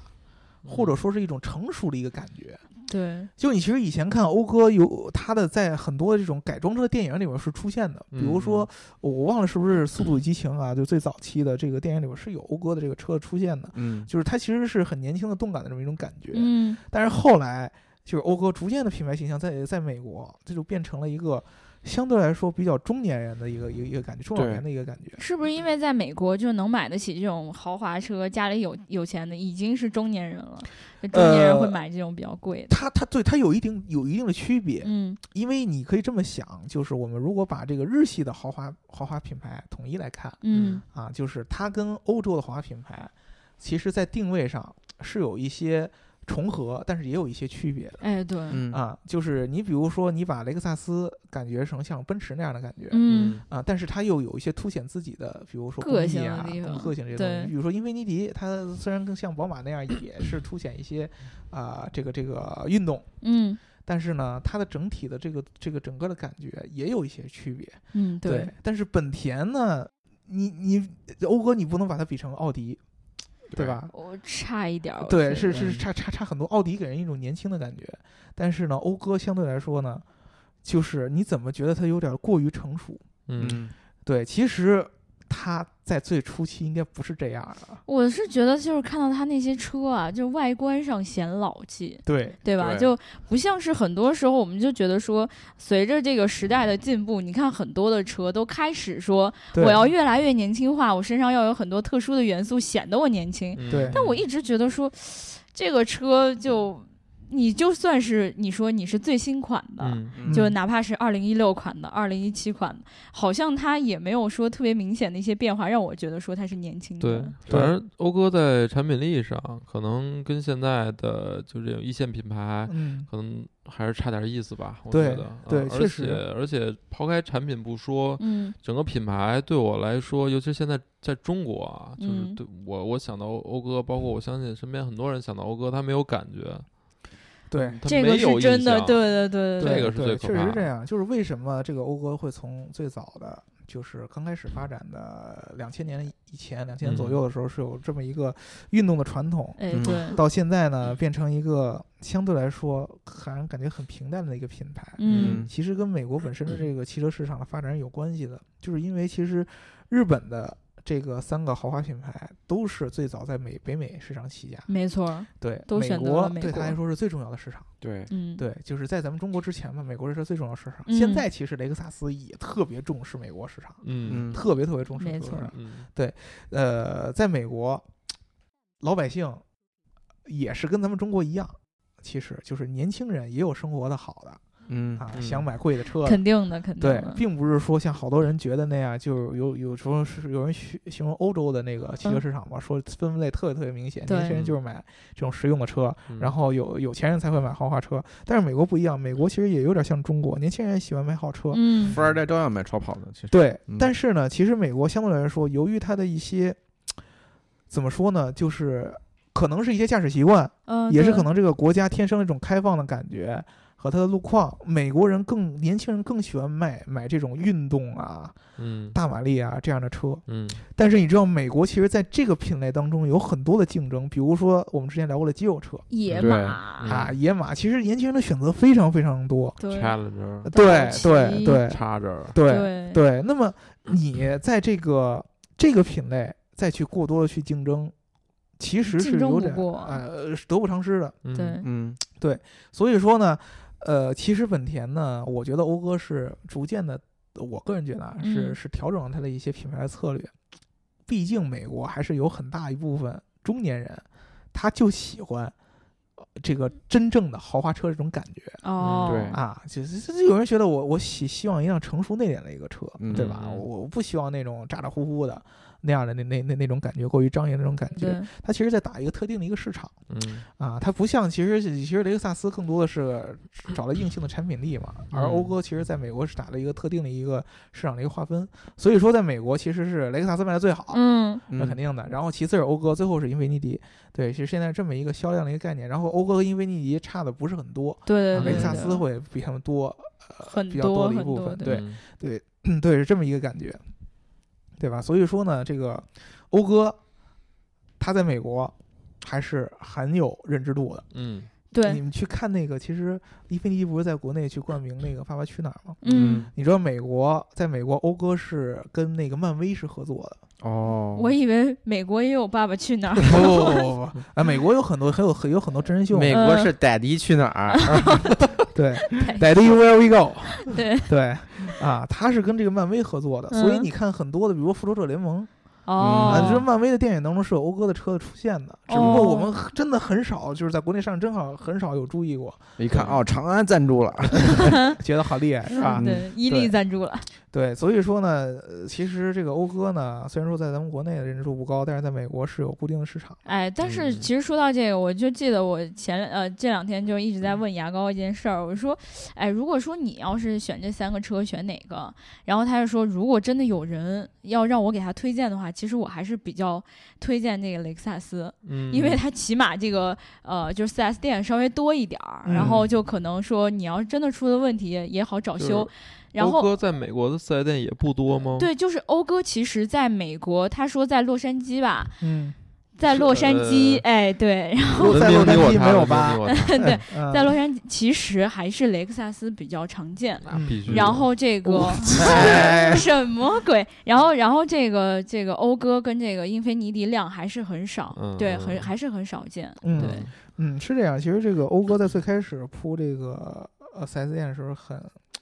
嗯
嗯
或者说是一种成熟的一个感觉。
对，
就你其实以前看讴歌有它的在很多这种改装车的电影里面是出现的，比如说我忘了是不是《速度与激情》啊，就最早期的这个电影里面是有讴歌的这个车出现的，
嗯，
就是它其实是很年轻的动感的这么一种感觉。
嗯
但是后来就是讴歌逐渐的品牌形象在在美国，这就变成了一个相对来说比较中年人的一个一个一个感觉，中老年的一个感觉。
是不是因为在美国就能买得起这种豪华车，家里有有钱的已经是中年人了，就中年人会买这种比较贵的。
它它对它有一定有一定的区别，
嗯
因为你可以这么想，就是我们如果把这个日系的豪华豪华品牌统一来看
嗯
啊，就是它跟欧洲的豪华品牌，其实在定位上是有一些重合，但是也有一些区别的。
哎，对，
嗯，
啊，就是你比如说，你把雷克萨斯感觉成像奔驰那样的感觉，
嗯
啊，但是它又有一些凸显自己的，比如说
个
工艺
性的
啊
地
等
方
个性这些东
对
西。比如说英菲尼迪，它虽然更像宝马那样，也是凸显一些啊、这个这个运动，
嗯
但是呢，它的整体的这个这个整个的感觉也有一些区别。
嗯，
对，，但是本田呢，你你讴歌你不能把它比成奥迪，对吧？
我差一点儿，我觉
对，
得
是是差差差很多。奥迪给人一种年轻的感觉，但是呢，讴歌相对来说呢，就是你怎么觉得它有点过于成熟？
嗯，
嗯，
对，其实他在最初期应该不是这样的。
我是觉得就是看到他那些车啊，就是外观上显老气，
对，
对吧？
对
就不像是很多时候我们就觉得说，随着这个时代的进步，你看很多的车都开始说
对
我要越来越年轻化，我身上要有很多特殊的元素，显得我年轻。
嗯
对
但我一直觉得说， 这个车就你就算是你说你是最新款的。
嗯
嗯
就哪怕是二零一六款的、二零一七款的，好像它也没有说特别明显的一些变化，让我觉得说它是年轻
对
的。，
对
反正讴歌在产品力上，可能跟现在的就这种一线品牌，
嗯，
可能还是差点意思吧。我
对
觉得，
对
嗯
确
而
实
且而且抛开产品不说，
嗯
整个品牌对我来说，尤其是现在在中国啊，就是
嗯
对我我想到讴歌，包括我相信身边很多人想到讴歌，他没有感觉，
对。
他
这
没
个
有
是
印
真的，
象
对对对
这
对
个是
对，
最可
确实
怕
是这
的
样。就是为什么这个讴歌会从最早的就是刚开始发展的两千年以前，两千年
嗯
左右的时候是有这么一个运动的传统，
哎，
嗯
对，
到现在呢变成一个相对来说还让人感觉很平淡的一个品牌。
嗯
其实跟美国本身的这个汽车市场的发展是有关系的，就是因为其实日本的这个三个豪华品牌都是最早在美北美市场起家，
没错儿，
对，
都
美
选择
国
了美
对他
国
来说是最重要的市场。
对，
嗯，，
对，就是在咱们中国之前嘛，美国这是最重要的市场。
嗯
现在其实雷克萨斯也特别重视美国市场，
嗯
嗯，
特别特别重视美国市
没错
场。
嗯
呃，在美国，老百姓也是跟咱们中国一样，其实就是年轻人也有生活的好的
嗯
啊，
嗯
想买贵的车的。
肯定的，肯定
对
的，，嗯
并不是说像好多人觉得那样，就有有时候是有人形形容欧洲的那个汽车
嗯
市场嘛，说分类特别特别明显，
对
年轻人就是买这种实用的车，
嗯
然后有有钱人才会买豪华车。但是美国不一样，美国其实也有点像中国，年轻人喜欢买好车，
嗯
富，二代照样买超跑的，其实
对
嗯。
但是呢，其实美国相对来说，由于它的一些怎么说呢，就是可能是一些驾驶习惯，
嗯，
也是
对
可能这个国家天生一种开放的感觉和它的路况，美国人更年轻人更喜欢买买这种运动啊、
嗯
大马力啊这样的车。
嗯
但是你知道，美国其实在这个品类当中有很多的竞争，比如说我们之前聊过的肌肉车
野
对
马，
啊、
嗯
野马，其实年轻人的选择非常非常多。
对
，Challenger，
对
奇
对对
插着了，
对
对
对，那么你在这个这个品类再去过多的去竞争，其实
竞
是
争
有
不
点
过
呃是得不偿失的。
嗯
对，
嗯
所以说呢，呃，其实本田呢，我觉得讴歌是逐渐的，我个人觉得啊，是
嗯
是调整了它的一些品牌的策略。毕竟美国还是有很大一部分中年人，他就喜欢呃这个真正的豪华车这种感觉
哦，
对
啊。就是就是有人觉得我我希希望一辆成熟内敛的一个车，
嗯
对吧？
嗯
我不希望那种咋咋呼呼的那样的那那那那种感觉，过于张扬那种感觉。
对，
他其实在打一个特定的一个市场。
嗯
啊，它不像其实其实雷克萨斯更多的是找了硬性的产品力嘛，而
嗯
讴歌其实在美国是打了一个特定的一个市场的一个划分，所以说在美国其实是雷克萨斯卖的最好，
嗯，
那肯定的。然后其次是讴歌，最后是英菲尼迪，对，是现在这么一个销量的一个概念。然后讴歌和英菲尼迪差的不是很多，
对
啊
对
雷
对，
克萨
对
斯会比他们多，呃
很
比较
多
多的一
很
部
多
分
对
对
嗯
嗯，对，是这么一个感觉，对吧？所以说呢，这个讴歌，它在美国还是很有认知度的。
嗯
你
对，
们去看那个，其实英菲尼迪不是在国内去冠名那个《爸爸去哪儿》吗？
嗯，
你知道美国在美国讴歌是跟那个漫威是合作的，
哦，
我以为美国也有《爸爸去哪儿》
不不不
哦
不不， 啊，美国有很多很有很有很多真人秀，
美国是逮迪去哪儿？
对，Daddy Where We Go，
对，
对啊，他是跟这个漫威合作的，所以
嗯
你看很多的，比如说《复仇者联盟》啊，就是
哦，
漫威的电影当中是有讴歌的车的出现的，只不过我们真的很少，就是在国内上真好很少有注意过，
一看哦，长安赞助了，
嗯
觉得好厉害是吧？
嗯
对，伊利
对
赞助了，
对，所以说呢，呃其实这个讴歌呢，虽然说在咱们国内的认知度不高，但是在美国是有固定的市场。
哎，但是
嗯
其实说到这个，我就记得我前呃这两天就一直在问牙膏一件事儿，我说，哎，如果说你要是选这三个车选哪个，然后他就说，如果真的有人要让我给他推荐的话，其实我还是比较推荐那个雷克萨斯，
嗯，
因为它起码这个呃就是 4S 店稍微多一点儿，
嗯
然后就可能说你要是真的出了问题也好找
就是
修，然后
讴。歌在美国的四 S 店也不多吗？
对，就是讴歌，其实在美国，他说在洛杉矶吧，
嗯，
在
是
洛杉矶，哎，对，然后
文
在
明
洛
你
杉
我
矶
他，
没有
文明
吧
你我他
对，
嗯
在洛杉矶其实还是雷克萨斯比较常见。
嗯
那啊必须的。
然后这 个
哎
什么鬼？然后然后这个这个讴歌跟这个英菲尼迪量还是很少，
嗯
对，
嗯
很还是很少见。
嗯
对，
嗯是这样。其实这个讴歌在最开始铺这个呃四 S 店的时候很，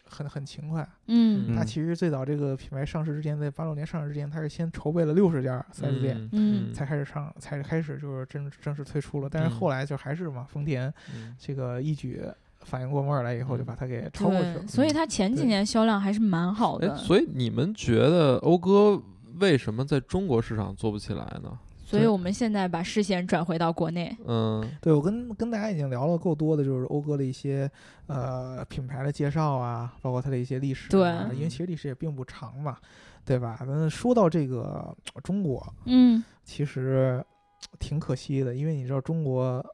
很很勤快。
嗯
它
嗯
其实最早这个品牌上市之前，在八六年上市之前，它是先筹备了六十家四 S 店。
嗯
嗯
才开始上，才开始就是正正式推出了，但是
嗯
后来就还是嘛，丰田
嗯
这个一举反应过摩尔来以后，就把它给超过去了
对，。所以它前几
对
年销量还是蛮好
哎，
的，
所以你们觉得讴歌为什么在中国市场做不起来呢？
所以我们现在把视线转回到国内。
嗯
对我跟跟大家已经聊了够多的，就是讴歌的一些呃品牌的介绍啊，包括它的一些历史、啊，
对
因为其实历史也并不长嘛，对吧？那说到这个呃中国，
嗯，
其实呃挺可惜的，因为你知道中国，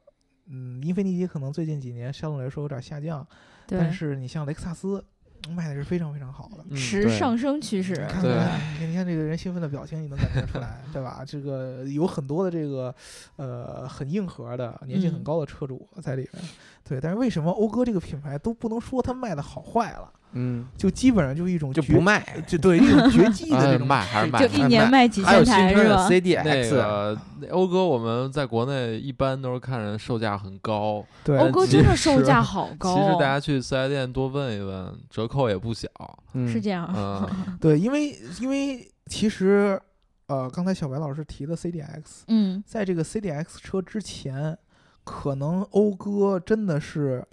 嗯，英菲尼迪可能最近几年相对来说有点下降，
对
但，是你像雷克萨斯。卖的是非常非常好的。
嗯
持
对
上升趋势
你，看
对
看，你看这个人兴奋的表情，你能感觉出来，对吧？这个有很多的这个，呃，很硬核的、年纪
嗯
很高的车主在里边。对，但是为什么讴歌这个品牌都不能说它卖的好坏了，
嗯，
就基本上就一种
就
绝
不，卖，嗯
就对一种绝技的
哎
这种
卖还是
这
卖
就
对
一年卖几
还
千
有新
台
车
是
的
吧？
那
CDX，
个
啊
那讴歌，我们在国内一般都是看人售价很高，
对
讴歌
其
真的售
实
价好高
其实大
哦，
家去四 S 店多问一问，折扣也不小。
嗯
是这样啊，
嗯，
对，因为因为其实，呃，刚才小白老师提的 CDX，
嗯，
在这个 CDX 车之前，可能讴歌真的是，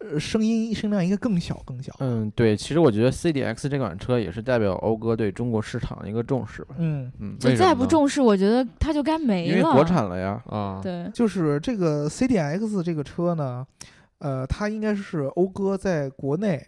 呃，声音声量应该更小更小。
嗯，对，其实我觉得 CDX 这款车也是代表讴歌对中国市场的一个重视吧。
嗯，
嗯，
就
为什
再
么
不
呢
重视，我觉得它就该没
因
了。
为国产了呀。
啊，
对，
就是这个 CDX 这个车呢，呃，它应该是讴歌在国内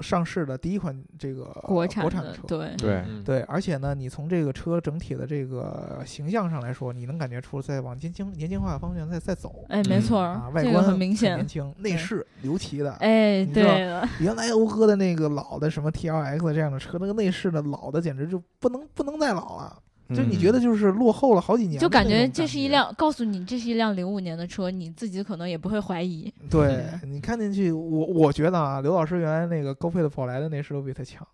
上市的第一款这个
国
产
产
的车。
对，
对
嗯
对，而且呢，你从这个车整体的这个形象上来说，你能感觉出在往年轻年轻化的方向在在走。
哎，没
嗯
错
啊
儿，，
外
这
观
个很明显
年，轻，内
对
饰刘奇的，
哎，
你知道
对了，
原来讴歌的那个老的什么 TLX 这样的车，那个内饰的老的简直就不能不能再老了，
嗯
就你觉得就是落后了好几年的那
就
种感
感
觉，
觉这是一辆，告诉你这是一辆零五年的车，你自己可能也不会怀疑。
对你看进去，我我觉得啊，刘老师原来那个高配的宝来的内饰都比他强，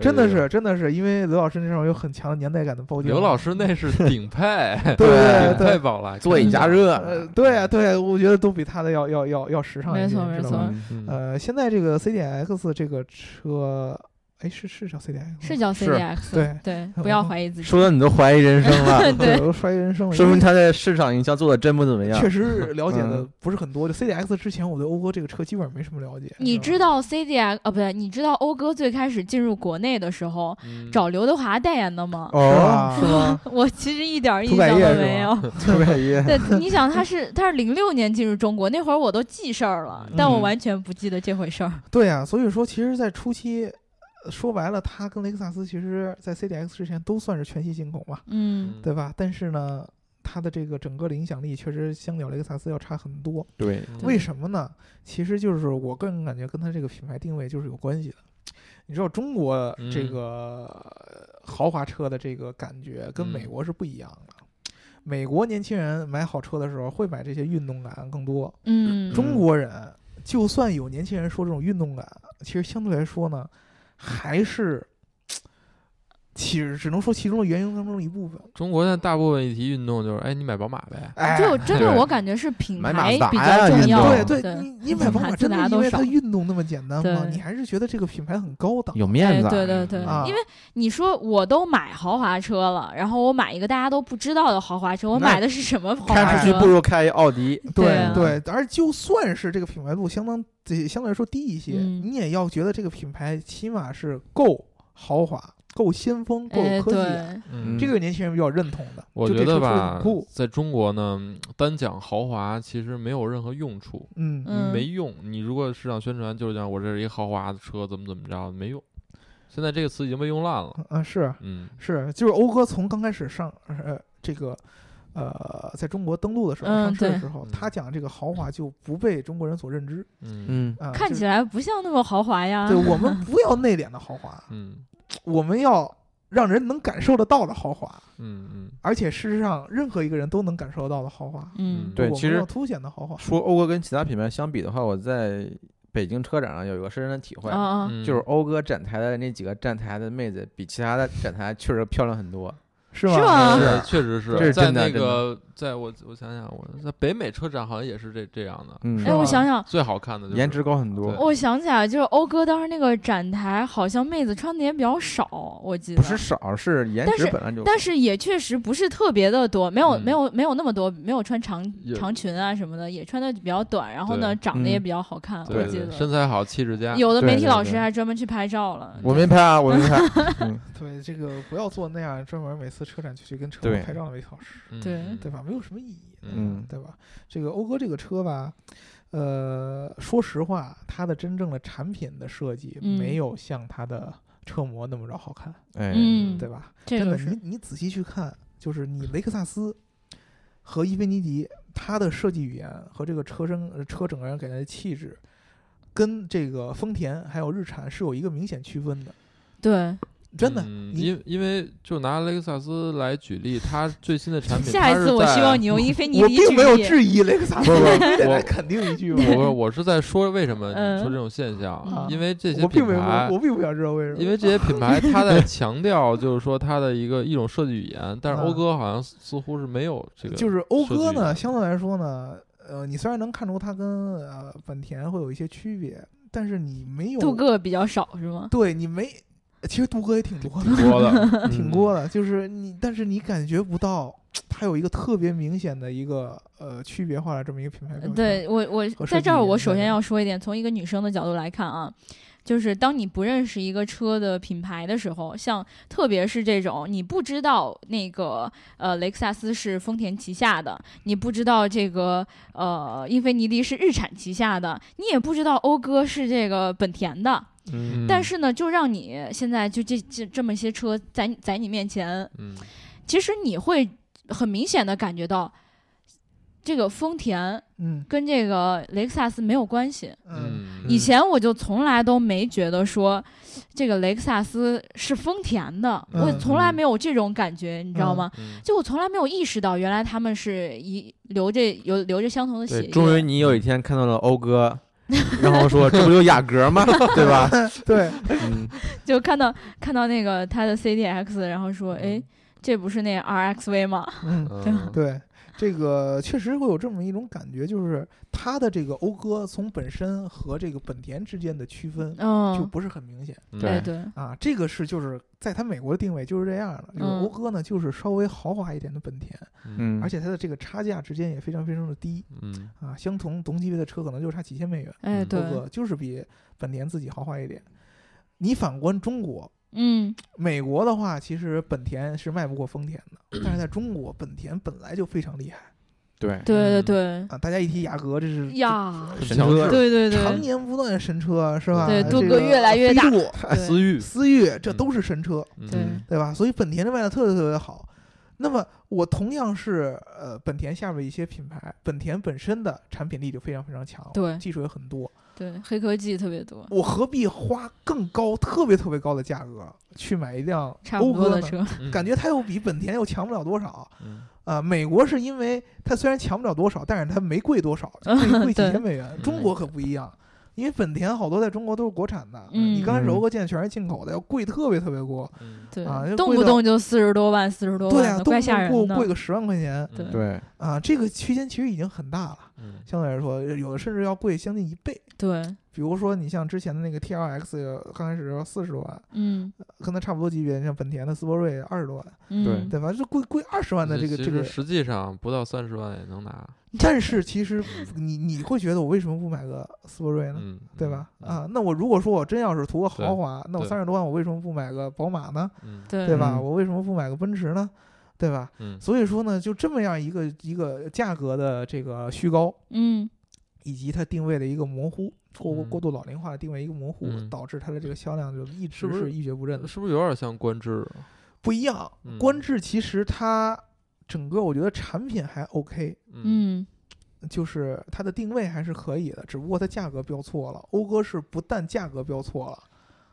真的是真的是，因为刘老师那种有很强的年代感的包浆。
刘老师那是顶配，
对对
顶配
对，
宝来，
座椅加
嗯
热，
呃，对啊对啊，我觉得都比他的要要要要时尚一
没
些，
错
你知
没
道
错
吗？
嗯，
嗯
呃，现在这个 CDX 这个车，哎，是是叫 CDX 吗
是叫
是
CDX，
对
对，
嗯
不要怀疑自己。
说的你都怀疑人生了，
对
我都摔人生了，
说
因为
明他在市场营销做的真不怎么样。
确实了解的
嗯
不是很多。就 CDX 之前，我对讴歌这个车基本上没什么了解。
你知
吧
道 CDX 啊，不对，你知道讴歌最开始进入国内的时候
嗯
找刘德华代言的吗？
哦，
是 吧？
我其实一点儿
涂
印
改
象
液
都
是
没
吗
有。
特别爷，
对，你想他是他是零六年进入中国，那会儿我都记事儿了，但我
嗯
完全不记得这回事儿。
对啊，所以说其实，在初期，呃说白了，它跟雷克萨斯其实在 CDX 之前都算是全系进口嘛，
嗯，
对吧？但是呢，它的这个整个的影响力确实相较雷克萨斯要差很多。
对，
嗯
为什么呢？其实就是我个人感觉跟它这个品牌定位就是有关系的。你知道中国这
嗯
个呃豪华车的这个感觉跟美
嗯
国是不一样的。美国年轻人买好车的时候会买这些运动感更多，
嗯，
中国人就算有年轻人说这种运动感，其实相对来说呢，还是。其实只能说其中的原因当中的一部分，
中国现在大部分一提运动就是，哎，你买宝马呗，
哎，
就真的
对
我感觉是品
买啊
牌
马自
比
达
较
呀
重
运
要。
对
动
对，
对
你你买宝马真的
马自达
因
多
为
少
它运动那么简单吗？
对
你还是觉得这个品牌很高档？
有面
哎
子啊，
对对对，
啊
因为你说我都买豪华车了，然后我买一个大家都不知道的豪华车，我
那
买的是什么豪
看
华
出去
车？
不如开一奥迪。
对啊
对，而就算是这个品牌度相当这相对来说低一些，
嗯
你也要觉得这个品牌起码是够豪华、够先锋、够
哎，
有科技感，
啊
对，
嗯
这个年轻人比较认同的。
我
就
觉
这
得
车出
吧
很酷，，
在中国呢，单讲豪华其实没有任何用处，
嗯，
嗯，
没用。你如果市场宣传就是讲我这是一个豪华的车，怎么怎么着，没用。现在这个词已经被用烂了。
啊是
嗯，
是，就是讴歌从刚开始上呃这个。呃，在中国登陆的时候，
嗯
上市的
对
时候，
嗯
他讲这个豪华就不被中国人所认知
嗯
嗯，
啊。
看
就
起来不像那么豪华呀。嗯
对我们不要内敛的豪 华，
嗯
我们要让人能感受得到的豪华，
嗯嗯
而且事实上任何一个人都能感受得到的豪华。
嗯，
对
我们
其实
要凸显的豪华。
说讴歌跟其他品牌相比的话，我在北京车展上有一个深深的体会，
啊啊，
嗯，
就是讴歌展台的那几个站台的妹子，比其他的展台确实漂亮很多。
是
是
吗？
吗？
是，确实是
啊这是
在
真的
那
真的
个，在我我想想，我在北美车展好像也是这这样的，
嗯，
哎，我
吗
想想，
最好看的就是
颜值高很多
对。
哎我想起来，就是讴歌当时那个展台，好像妹子穿的也比较少，我记得
不是少，是颜
但
值
是
本来就。
但是也确实不是特别的多，没有、
嗯
没有没有那么多，没有穿长
也
长裙啊什么的，也穿的比较短，然后呢
对
长得也
嗯
比较好看，
对
我记
对
得。
身材啊好，气质佳。
有的
对
媒体
对
老
对
师还专门去拍照了。
我没拍啊，我没拍。 嗯，
对，这个不要做那样专门每次车展就去跟车
对
主拍照的韦老师，
嗯
对
嗯
对吧？没有什么意义，
嗯
对吧？这个讴歌这个车吧，呃，说实话，它的真正的产品的设计
嗯
没有像它的车模那么着好看，
哎，
嗯，
对吧？
这
真
个
的，
是
你你仔细去看，就是你雷克萨斯和伊菲尼迪，它的设计语言和这个车身呃车整个人给人的气质，跟这个丰田还有日产是有一个明显区分的，
对，
真的。
嗯
你
因因为就拿雷克萨斯来举例，它最新的产品，
下一次我希望
你
你用英 菲尼
我
迪举
并没有
例。
质疑雷克萨斯，
不是不是
你得
我
来肯定一句吧。
我我是在说为什么
嗯
你说这种现象，
嗯
因为这些
我并
品
没有，
牌
我，并不想知道为什么。
因为这些品 牌它在强调就是说它的一个一种设计语言，但是
嗯
讴歌好像似似乎是没有这个，
就是讴
设
歌
计啊
呢，
的
相对来说呢，呃，你虽然能看出它跟呃本田会有一些区别，但是你没有
镀铬比较少是吗？
对你没，其实镀铬也挺多的，
挺多
嗯
的，
挺多的，就是你，但是你感觉不到它有一个特别明显的一个呃区别化的这么一个品牌标签。
呃嗯对我，我
和设
在
计
这儿，
语
我
言
首
在
先
内
要说一点，从一个女生的角度来看啊，就是当你不认识一个车的品牌的时候，像特别是这种你不知道那个呃雷克萨斯是丰田旗下的，你不知道这个呃英菲尼迪是日产旗下的，你也不知道讴歌是这个本田的，
嗯，
但是呢，就让你现在就这这这么些车在你在你面前，
嗯，
其实你会很明显的感觉到。这个丰田
嗯
跟这个雷克萨斯没有关系。
嗯
嗯，
以前我就从来都没觉得说，这个雷克萨斯是丰田的，
嗯
我从来没有这种感觉，你知道吗？
嗯
就我从来没有意识到，原来他们是一留着有留着相同的血
对，
液。
终于你有一天看到了 讴歌，然后说这不有雅阁 吗？对吧？
对，
嗯，
就看到看到那个他的 CDX，然后说，哎，这不是那 RXV 吗？
嗯，
嗯
啊
对，这个确实会有这么一种感觉，就是它的这个讴歌从本身和这个本田之间的区分就
嗯，哎
不是很明显。
嗯
对
对
对，
啊，这个是就是在它美国的定位就是这样的，就是
嗯
讴歌呢就是稍微豪华一点的本田，
嗯
而且它的这个差价之间也非常非常的低
嗯
啊，相同同级别的车可能就差几千美元，
哎
嗯
对
讴，歌就是比本田自己豪华一点。你反观中国，
嗯，
美国的话，其实本田是卖不过丰田的，但是在中国，本田本来就非常厉害
对，
对对
嗯
对，
啊，大家一提雅阁，这是
呀，
神车
对对
常
对，
年不断的神车是吧？
对
这
镀铬
个
越来越
飞
大
度
对
思域，
思域这都是神车，
对
嗯
对吧？所以本田的卖的特别特别好。那么我同样是呃本田下面一些品牌，本田本身的产品力就非常非常强，
对
技术也很多，
对，黑科技特别多，
我何必花更高、特别特别高的价格去买一辆
差
讴
不多
歌
的
呢？
车，
嗯
感觉它又比本田又强不了多少。
嗯
啊、美国是因为它虽然强不了多少，但是它没贵 多少，贵贵几
对
千美
嗯
元。中国可不一样，因为本田好多在中国都是国产的，
嗯
你刚开始讴歌舰全是进口的，要贵特别特别多。
嗯
对，
啊就
动
贵
不
到
动就四十多万、四十多
对
万
啊，
的，
动
怪
不
吓
动
人
过
的。
贵个十万块钱
嗯
对
对，
啊，这个区间其实已经很大了，
嗯
相对来说，有的甚至要贵将近一倍。
对，
比如说，你像之前的那个 T L X，刚开始要四十多万，
嗯
跟它差不多级别，像本田的斯铂瑞二十多万，
嗯，
对吧？就贵贵二十万的这个
其
这
实
个，
实际上不到三十万也能拿，
但是其实你你会觉得我为什么不买个斯铂瑞呢？
嗯，
对吧？
嗯，
啊，那我如果说我真要是图个豪
对
华，那我
对
三十多万，我为什么不买个宝马呢？
嗯
对
对吧？
嗯
我为什么不买个奔驰呢？对吧？
嗯
所以说呢，就这么样一个一个价格的这个虚高，
嗯
以及它定位的一个模糊，过过
嗯
过度老龄化的定位一个模糊，
嗯
导致它的这个销量就一直
不是
是一蹶不振的。
是不是有点像官制？
不一样，
嗯
观致其实它整个我觉得产品还 OK，
嗯
嗯，
就是它的定位还是可以的，只不过它价格标错了。讴歌是不但价格标错了，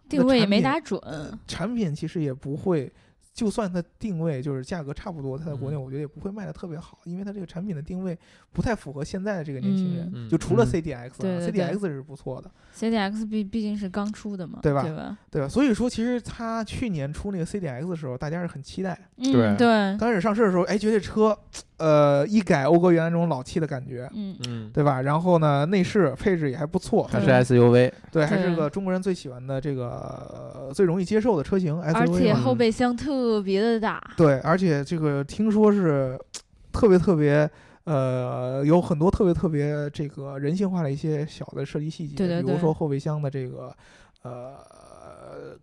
定位也没
打。
打准。
呃，产品其实也不会，就算它定位就是价格差不多，它在国内
嗯
我觉得也不会卖的特别好，因为它这个产品的定位不太符合现在的这个年轻人。
嗯
就除了
嗯
CDX，、啊
对对对
CDX 是不错的，
CDX 毕毕竟是刚出的嘛，
对
对
吧
吧？
对吧？所以说，其实它去年出那个 CDX 的时候，大家是很期待。
嗯，
对
对，
刚开始上市的时候，哎，觉得这车，呃，一改讴歌原来那种老气的感觉。
嗯，
嗯，
对吧？然后呢，内饰配置也还不错，
它
对
是 SUV，
对，还是
对
个中国人最喜欢的这个、呃最容易接受的车型 SUV 嘛。
而且
嘛
后备箱特别的大。
对，而且这个听说是特别特别，呃，有很多特别特别这个人性化的一些小的设计细节，
对对
比如
对
说后备箱的这个，呃，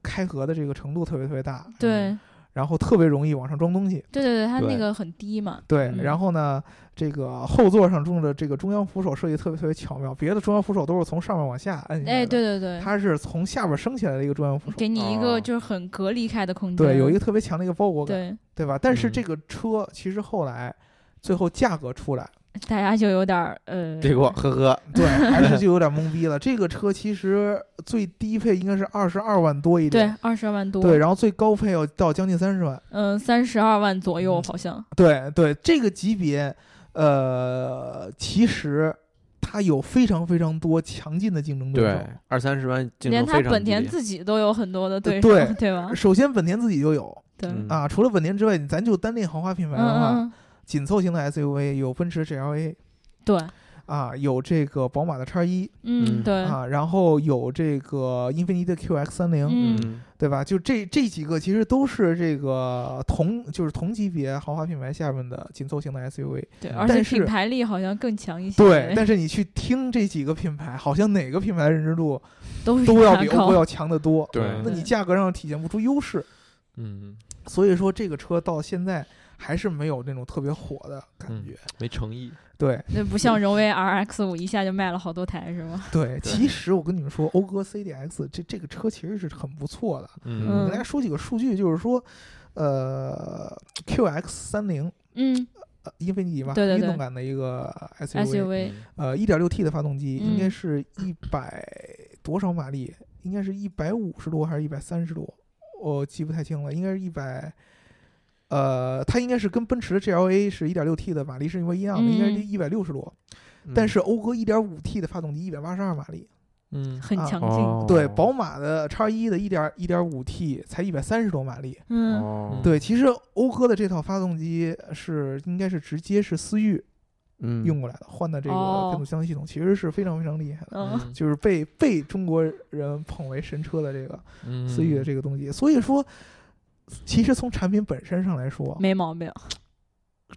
开合的这个程度特别特别大，
对
然后特别容易往上装东西。
对对对，它那
对
个很低嘛。
对，
嗯
然后呢，这个后座上用的这个中央扶手设计特别特别巧妙，别的中央扶手都是从上面往下摁下来的，
哎，对对对，
嗯它是从下边升起来的一个中央扶手，
给你一个
哦
就是很隔离开的空间。
对，有一个特别强的一个包裹感，
嗯对
对吧？但是
嗯
这个车其实后来最后价格出来。
大家就有点儿呃，
结果呵呵，
对，还是就有点懵逼了。这个车其实最低配应该是二十二万多一
对
点，
二十万多，
对，然后最高配要到将近三十万。
嗯，三十二万左
嗯
右好像，
对对，这个级别，呃，其实它有非常非常多强劲的竞争对手。
对，二三十万竞
连
争
他
非常
本
激
田
烈。
自己都有很多的对手，
对
对吧？
首先，本田自己就有
对，
嗯
啊，除了本田之外，咱就单列豪华品牌的话，
嗯嗯，
紧凑型的 SUV 有奔驰 GLA
对，
啊，有这个宝马的叉一
嗯
嗯
对，
啊，然后有这个英菲尼迪的 QX 三零、
嗯
嗯，
对吧？就这这几个其实都是这个同就是同级别豪华品牌下面的紧凑型的 SUV。
对，而
嗯但
且
是
品牌力好像更强一些，
对，但是你去听这几个品牌，好像哪个品牌的认知度
都是
都要比
它高
欧 p 要强得多。
对
那你价格上体现不出优势，
嗯，
所以说这个车到现在还是没有那种特别火的感觉。
没诚意，
对
那不
嗯
像荣威 RX 五一下就卖了好多台是吗？
对，其实我跟你们说，讴歌 CDX 这这个车其实是很不错的。我
嗯
跟大家说几个数据，就是说，呃，QX 三零。
嗯
呃英菲尼迪吧，
对对对
运动感的一个 SUV，
，SUV
嗯
嗯
呃，一点六 T 的发动机，
嗯
应该是一百多少马力？应该是一百五十多还是一百三十多？我记不太清了，应该是一百。呃，它应该是跟奔驰的 GLA 是一点六 T 的马力是一模一样的，
嗯
应该是一百六十多。
嗯
但是讴歌一点五 T 的发动机一百八十二马力，
嗯
很
啊
强劲，
哦，
对，宝马的叉一的一点一点五 T 才一百三十多马力。
嗯
哦，
对，其实讴歌的这套发动机是应该是直接是思域
嗯，
用过来的，换的这
哦
个变速箱系统，其实是非常非常厉害的，
哦
嗯，
就是被被中国人捧为神车的这个
嗯
思域的这个东西。所以说，其实从产品本身上来说，
没毛病，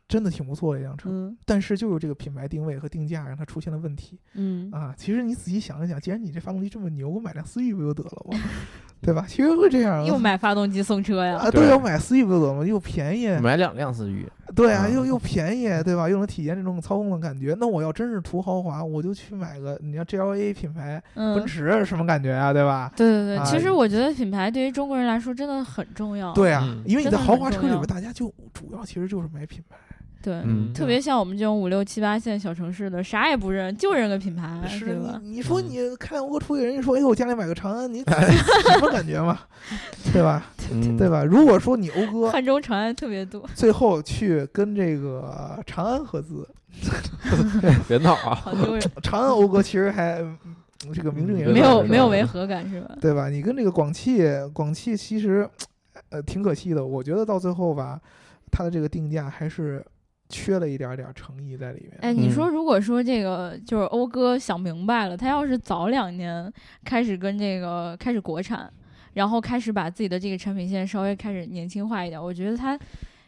真的挺不错的一辆车。
嗯
但是就是这个品牌定位和定价让它出现了问题
嗯，
啊！其实你仔细想一想，既然你这发动机这么牛，我买辆思域不就 得了吗？对吧？其实会这样
又买发动机送车呀，
啊，对
对
呀，我买思域不就得了吗？又便宜，
买两辆思域，
对啊，
啊
又又便宜，对吧？又能体验这种操控的感觉。那我要真是图豪华，我就去买个你要 GLA 品牌
嗯，
奔驰是什么感觉啊？对吧？
对对对，
啊
其实我觉得品牌对于中国人来说真的很重要，
对啊
嗯，
因为你在豪华车里
真的
边，
很
大家就主要其实就是买品牌。
对
嗯
特别像我们这种五六七八线小城市的，啥也不认，就认个品牌，
是
对吧？
你你说你看我出去，人家说哎我家里买个长 安，你什么感觉 嘛？对吧？
嗯
对？吧？如果说你讴歌
汉中长安特别多，
最后去跟这个长安合资，
别闹啊，
好丢人，
长安讴歌其实还嗯这个名正言顺
没
闹
有
是吧
没有违和感是吧？
对吧？你跟这个广汽，广汽其实，呃，挺可惜的。我觉得到最后吧，它的这个定价还是缺了一点儿点儿诚意在里面。
哎，你说如果说这个就是讴歌想明白了，他要是早两年开始跟这个开始国产，然后开始把自己的这个产品线稍微开始年轻化一点，我觉得他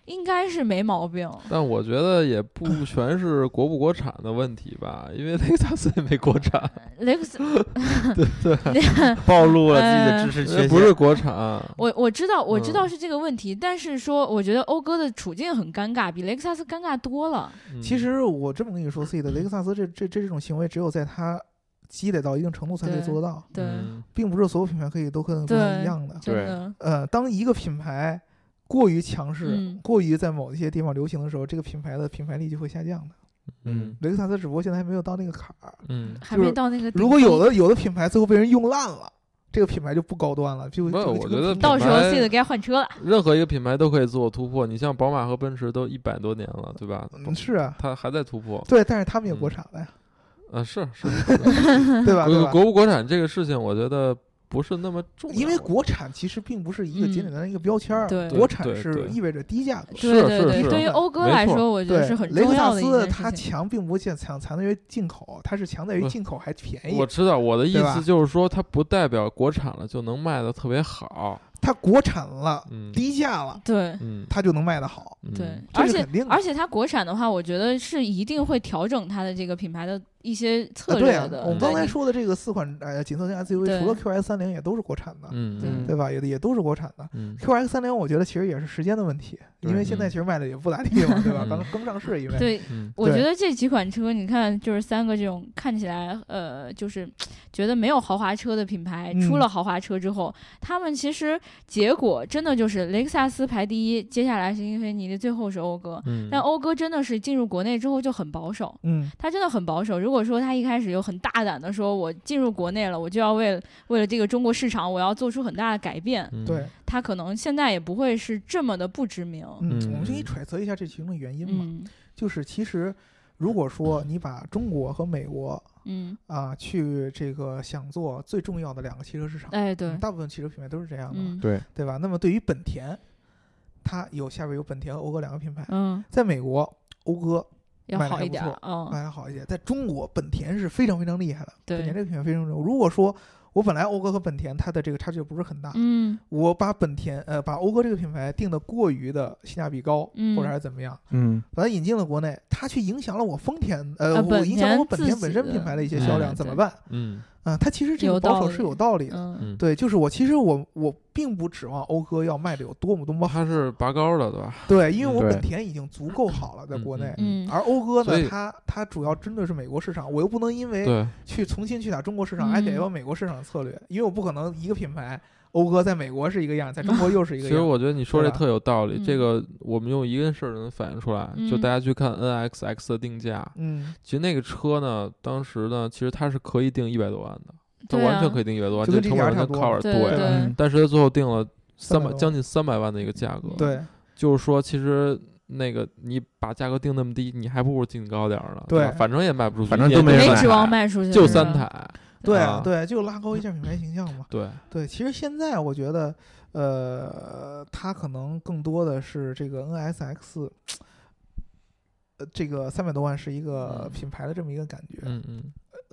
应该是没毛病。
但我觉得也不全是国不国产的问题吧，因为雷克萨斯也没国 产，
雷克萨，
暴露了
嗯
自
呃
己的知识缺陷，
不是国产，
我我知道我知
嗯
道是这个问题，但是说我觉得讴歌的处境很尴尬，比雷克萨斯尴尬多了。
嗯
其实我这么跟你说，C 的雷克萨斯这这这这种行为，只有在它积累到一定程度才可以
对
做得到，
对，
嗯
并不是所有品牌可以都跟跟它
对
一样的。
真的，
呃，当一个品牌过于强势、
嗯
过于在某一些地方流行的时候，这个品牌的品牌力就会下降的。
嗯
雷克萨斯只不过现在还没有到那个坎儿。
嗯，
还
就是
没到那个。
如果有，的有的品牌最后被人用烂了，这个品牌就不高端了，就
没有
就
我觉得
到时候
品牌
C 的该换车了。
任何一个品牌都可以自我突破。你像宝马和奔驰都一百多年了，对吧？
嗯是啊，
它还在突破。
对，但是他们也国产了呀，
啊，是 是，
对吧？对
国
吧？
嗯国不国产这个事情，我觉得不是那么重要，
因为国产其实并不是一个
嗯
简简单单一个标签儿，
对
国产
对
是
对
意味着低价格。
是
对对
是
对，
是
对于讴歌
没
来
错
说，我觉得
对
是很，
雷克
重
萨
要的一
斯
件
它
事情。
强，并不强强强在于进口，它是强在于
不
进口还便宜
我。知道我的意
对吧
思就是说，它不代表国产了就能卖的特别好。
它国产了，
嗯
啊低价了，
对
嗯，
它就能卖得好。
嗯
对，
这
而
是
且
肯定的
而且它国产的话，我觉得是一定会调整它的这个品牌的一些
啊
策
对
略
啊，
的。
我们
对
刚才
你
说的这个四款呃紧凑型 SUV，
对
除了 QX 三零也都是国产的，
嗯
嗯
对吧？也也都是国产的。
嗯
QX 三零我觉得其实也是时间的问题，因
对
为现在
嗯
其实卖的也不咋地嘛，对吧？
嗯
刚刚上市因为
对，
嗯
我
对
觉得这几款车，你看，就是三个这种看起来，呃，就是觉得没有豪华车的品牌，
嗯
出了豪华车之后，他们其实结果真的就是雷克萨斯排第一，接下来是英菲尼迪，最后是讴歌。
嗯，
但讴歌真的是进入国内之后就很保守，
嗯，
它真的很保守。如果说它一开始就很大胆的说，我进入国内了，我就要为了为了这个中国市场，我要做出很大的改变，
嗯
对，，
它可能现在也不会是这么的不知名。
嗯，
嗯
我们可以揣测一下这其中的原因嘛，
嗯
就是其实如果说你把中国和美国
嗯，
啊去这个想做最重要的两个汽车市场，
哎对
嗯，大部分汽车品牌都是这样的嘛，
嗯
对，
对吧？那么对于本田，它有下边有本田和讴歌两个品牌，
嗯，
在美国讴歌
要
卖得
好
还
一
不
点儿
错，
嗯。
卖的好一些，在中国本田是非常非常厉害的，
对
本田这个品牌非常重要。如果说我本来讴歌和本田它的这个差距不是很大，
嗯
我把本田呃把讴歌这个品牌定的过于的性价比高，
嗯
或者还是怎么样，
嗯，
把它引进了国内，它却影响了我丰田
呃
呃，我
本
影响了我
田
本
自
田本
己
身
的
品牌的一些
嗯
销量，
对
怎么办？
嗯
啊、它其实这
有
个保
道
守是
理
有道理的。
嗯
嗯，
对，就是我其实我我并不指望讴歌要卖的有多么多 么
它
好，
是拔高了，对吧？
对，因为
嗯
我
对
本田已经足够好了，在国内。
嗯
而讴歌
所
呢，
以
它它主要针对是美国市场，我又不能因为
对，
去重新去打中国市场，还改
嗯
变美国市场的策略，因为我不可能一个品牌讴歌在美国是一个样，在中国又是一
其
个
实
样。
我觉得你说
对
这
吧
特有道理，
嗯
这个我们用一个事儿就能反映出来，就
嗯
大家去看 NXX 的定价，
嗯，
其实那个车呢，当时呢，其实它是可以定一百多万的，它
对啊
完全可以定一百多万，
就
这
跟
成本
GTR
完全
差不多
cover
对
对
对
嗯，
但是它最后定了三
300
百
多
将近三百万的一个价格，
嗯
对
就是说其实。那个，你把价格定那么低，你还不如定高点儿呢。
对
吧反正也卖不出去，
反正
也
都没人
没
买
指望卖出去，
就是
吧
三台。
对
啊
对，就拉高一下品牌形象嘛。
对，
对，其实现在我觉得，呃，它可能更多的是这个 NSX，呃，这个三百多万是一个
嗯
品牌的这么一个感觉。
嗯嗯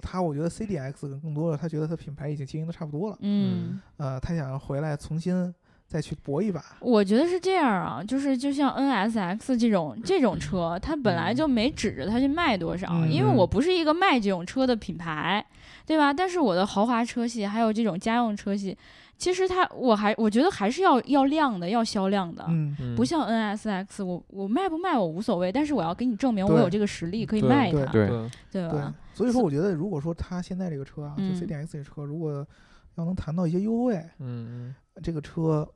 他我觉得 CDX 更多的，他觉得他品牌已经经营的差不多了，
嗯，
呃，他想回来重新再去搏一把。
我觉得是这样啊，就是就像 NSX 这种这种车，它本来就没指着它去卖多少，
嗯
因为我不是一个卖这种车的品牌，对吧？但是我的豪华车系还有这种家用车系，其实它我还我觉得还是要要量的，要销量的。
嗯，
嗯，
不像 NSX，我我卖不卖我无所谓，但是我要给你证明我
对
有这个实力可以
对
卖
对
它，
对
对，
对
对
啊
吧？，
所以说我觉得，如果说他现在这个车啊，就
嗯
CDX 这车，如果要能谈到一些优惠，
嗯
这个车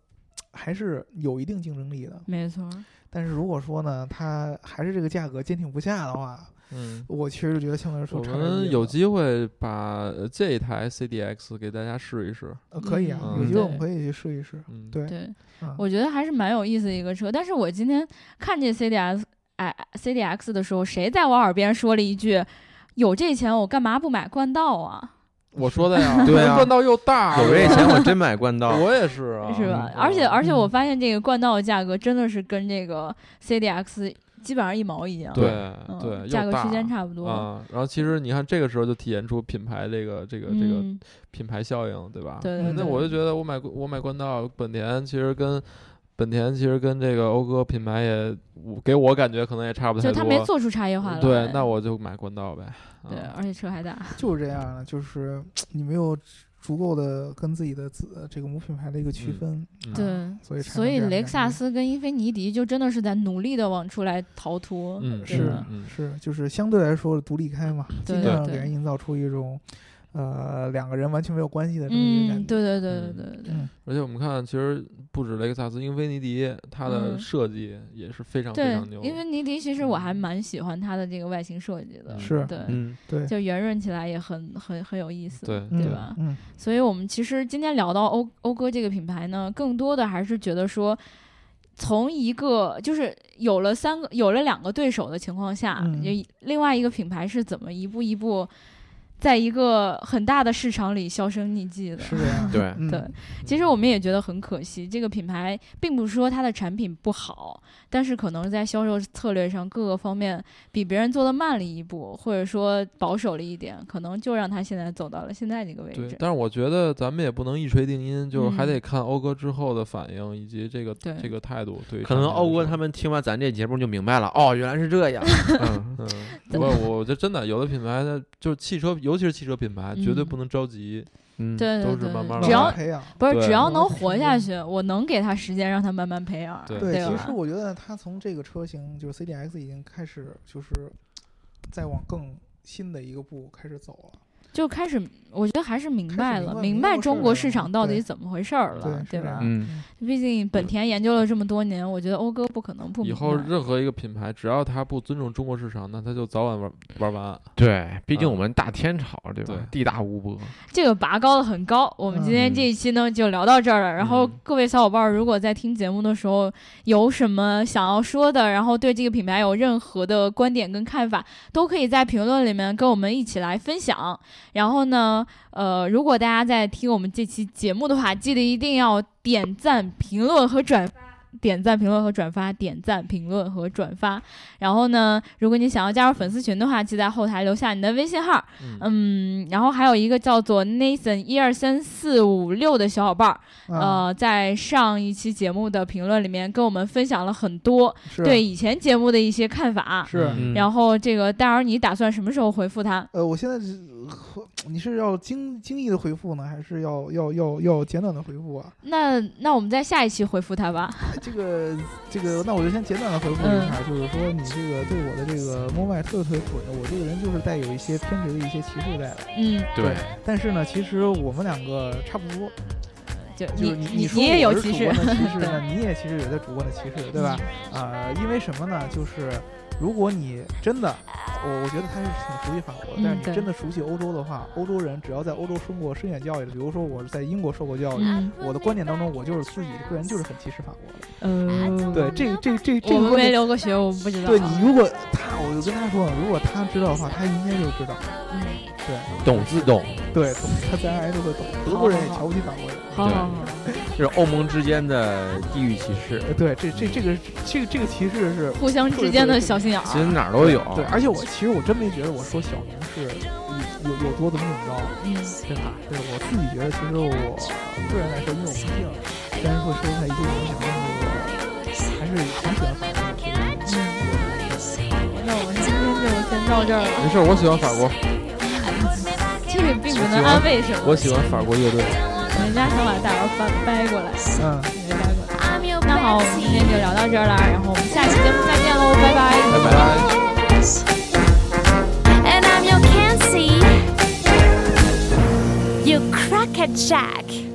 还是有一定竞争力的。
没错，
但是如果说呢，它还是这个价格坚挺不下的话，
嗯嗯。
我其实就觉得相对来说
我
差点意
们
思
有机会把呃这一台 CDX 给大家试一试。
呃可以啊，
嗯
有机会我们
对
可以去试一试。
嗯，
对，
对。
啊
我觉得还是蛮有意思的一个车。但是我今天看这 CDS 哎 CDX 的时候，谁在我耳边说了一句：“有这钱我干嘛不买冠道啊
我说的呀，
对啊
冠道又大，
有 这钱我真买冠道，
我也是？”啊，
是吧？
嗯
而且而且我
嗯
发现这个冠道的价格真的是跟这个 CDX 基本上一毛一样，
对
嗯
对，
价
又
格
大
区间差不多。
啊。然后其实你看，这个时候就体现出品牌这个这个这个
嗯，
品牌效应，对吧？
对对
那
对，
我就觉得我买我买冠道，本田其实跟本田其实跟这个讴歌品牌也，我给我感觉可能也差不太
就是
多
它。没做出差异化来。
对，那我就买冠道呗。啊
对，而且车还大。
就是这样的，就是你没有足够的跟自己的子这个母品牌的一个区
嗯
分，
嗯
对，
所以产
所
生
以
这样的
雷克萨
感觉
斯跟英菲尼迪就真的是在努力的往出来逃脱。
嗯
对
是
吧
嗯
是就是相对来说独立开嘛，
对
尽量
对
给
对
人营造出一种呃两个人完全没有关系的这么一个
嗯，
感觉。
对对对对对对。
嗯，
而且我们看，其实不止雷克萨斯，英菲尼迪它的
嗯
设计也是非常非
对
常牛，的。
因为尼迪其实我还蛮喜欢它的这个外形设计的，
嗯是
对，
嗯，
对
就圆润起来也很很很有意思，
对
嗯
对吧？
嗯，
所以我们其实今天聊到讴讴歌这个品牌呢，更多的还是觉得说。从一个就是有了三个有了两个对手的情况下，
嗯
也另外一个品牌是怎么一步一步，在一个很大的市场里销声匿迹的？
是这样的。
对
嗯
对，其实我们也觉得很可惜，这个品牌并不是说它的产品不好，但是可能在销售策略上各个方面比别人做的慢了一步，或者说保守了一点，可能就让它现在走到了现在这个位
对
置，。
但是我觉得咱们也不能一锤定音，就是还
嗯
得看讴歌之后的反应以及这个
对
这个态度。对于
可能
产品来
欧哥
说
他们听完咱这节目就明白了，哦，原来是这样，嗯，
嗯，不过我我觉得真的有的品牌它就是汽车，尤其是汽车品牌，绝对
嗯
不能着急。
嗯，
对对
都是
对
慢慢
对，
来
只要
培养。
不是
对
只要能
我是
活下去，我能给他时间让他慢慢培养。
对
对，其
吧
实我觉得它从这个车型就是 CDX 已经开始就是再往更新的一个步开始走了。
就开始，我觉得还是明白了，
开始明白
明
明白
中国市场到
这
底
个
怎么回事儿
对
了，
是
对
这
吧？
样
嗯，
毕竟本田研究了这么多年，我觉得讴歌不可能不
以
明白。
后任何一个品牌，只要它不尊重中国市场，那它就早晚玩玩完。
对，毕竟
嗯
我们大天朝，对吧
对？
地大物博，
这个拔高的很高。我们今天
嗯
这一期呢就聊到这儿了。然后
嗯
各位小伙伴儿，如果在听节目的时候有什么想要说的，然后对这个品牌有任何的观点跟看法，都可以在评论里面跟我们一起来分享。然后呢，呃，如果大家在听我们这期节目的话，记得一定要点赞、评论和转发。点赞、评论和转发，点赞、评论和转发。然后呢，如果你想要加入粉丝群的话，记得在后台留下你的微信号，
嗯，
嗯，然后还有一个叫做 Nathan 一二三四五六的小伙伴儿，
啊，
呃，在上一期节目的评论里面跟我们分享了很多
是
对以前节目的一些看法。
是。
嗯
嗯
然后这个戴尔，你打算什么时候回复他？
呃，我现在是呃你是要精精益的回复呢，还是要要要要简短的回复啊？
那那我们在下一期回复他吧。
哎这个这个，那我就先简短的回复一
嗯
下，就是说你这个对我的这个摸麦特别特别准，我这个人就是带有一些偏执的一些歧视在的。
嗯，
对，
但是呢，其实我们两个差不多，
就
就是
你
你
你也有歧视
视，，歧视呢
对，啊
你也其实有在主观的歧视，对吧？啊、因为什么呢？就是如果你真的，我我觉得他是挺熟悉法国的，
嗯
但是
对
你真的熟悉欧洲的话，欧洲人只要在欧洲受过深远教育的，比如说我是在英国受过教育。
嗯
我的观点当中，我就是自己个人就是很歧视法国的。
呃，
对，这个这个这个
我
这个
们
观
没
点，
留过学，我们不知道。
对你如果他，我就跟他说，如果他知道的话，他应该就知道。
嗯
对
懂自懂，
对，他自然而然就会懂。德国人也瞧不起法国人。
好好好，
就是欧盟之间的地域歧视，
呃对，这这这个这个这个歧视是
互相之间的小心眼
其实
儿。
哪儿都有。
啊
对，而且我其实我真没觉得我说小明是有有有多怎么怎么着，
嗯，
对吧？对我自己觉得，其实我个人来说，因为我毕竟虽然说受他一些影响，但是我还是挺喜欢法国的。所以
那我们今天就先到这儿了。
没事，我喜欢法国，
这个并不能安慰什么。
我喜欢法国乐队。
我们家小马大儿掰掰过来，
嗯，
没掰过来。那好，我们今天就聊到这儿了，然后我们下期节目再见喽，拜拜。
拜拜。
And I'm your Kenzie, you crack a jack.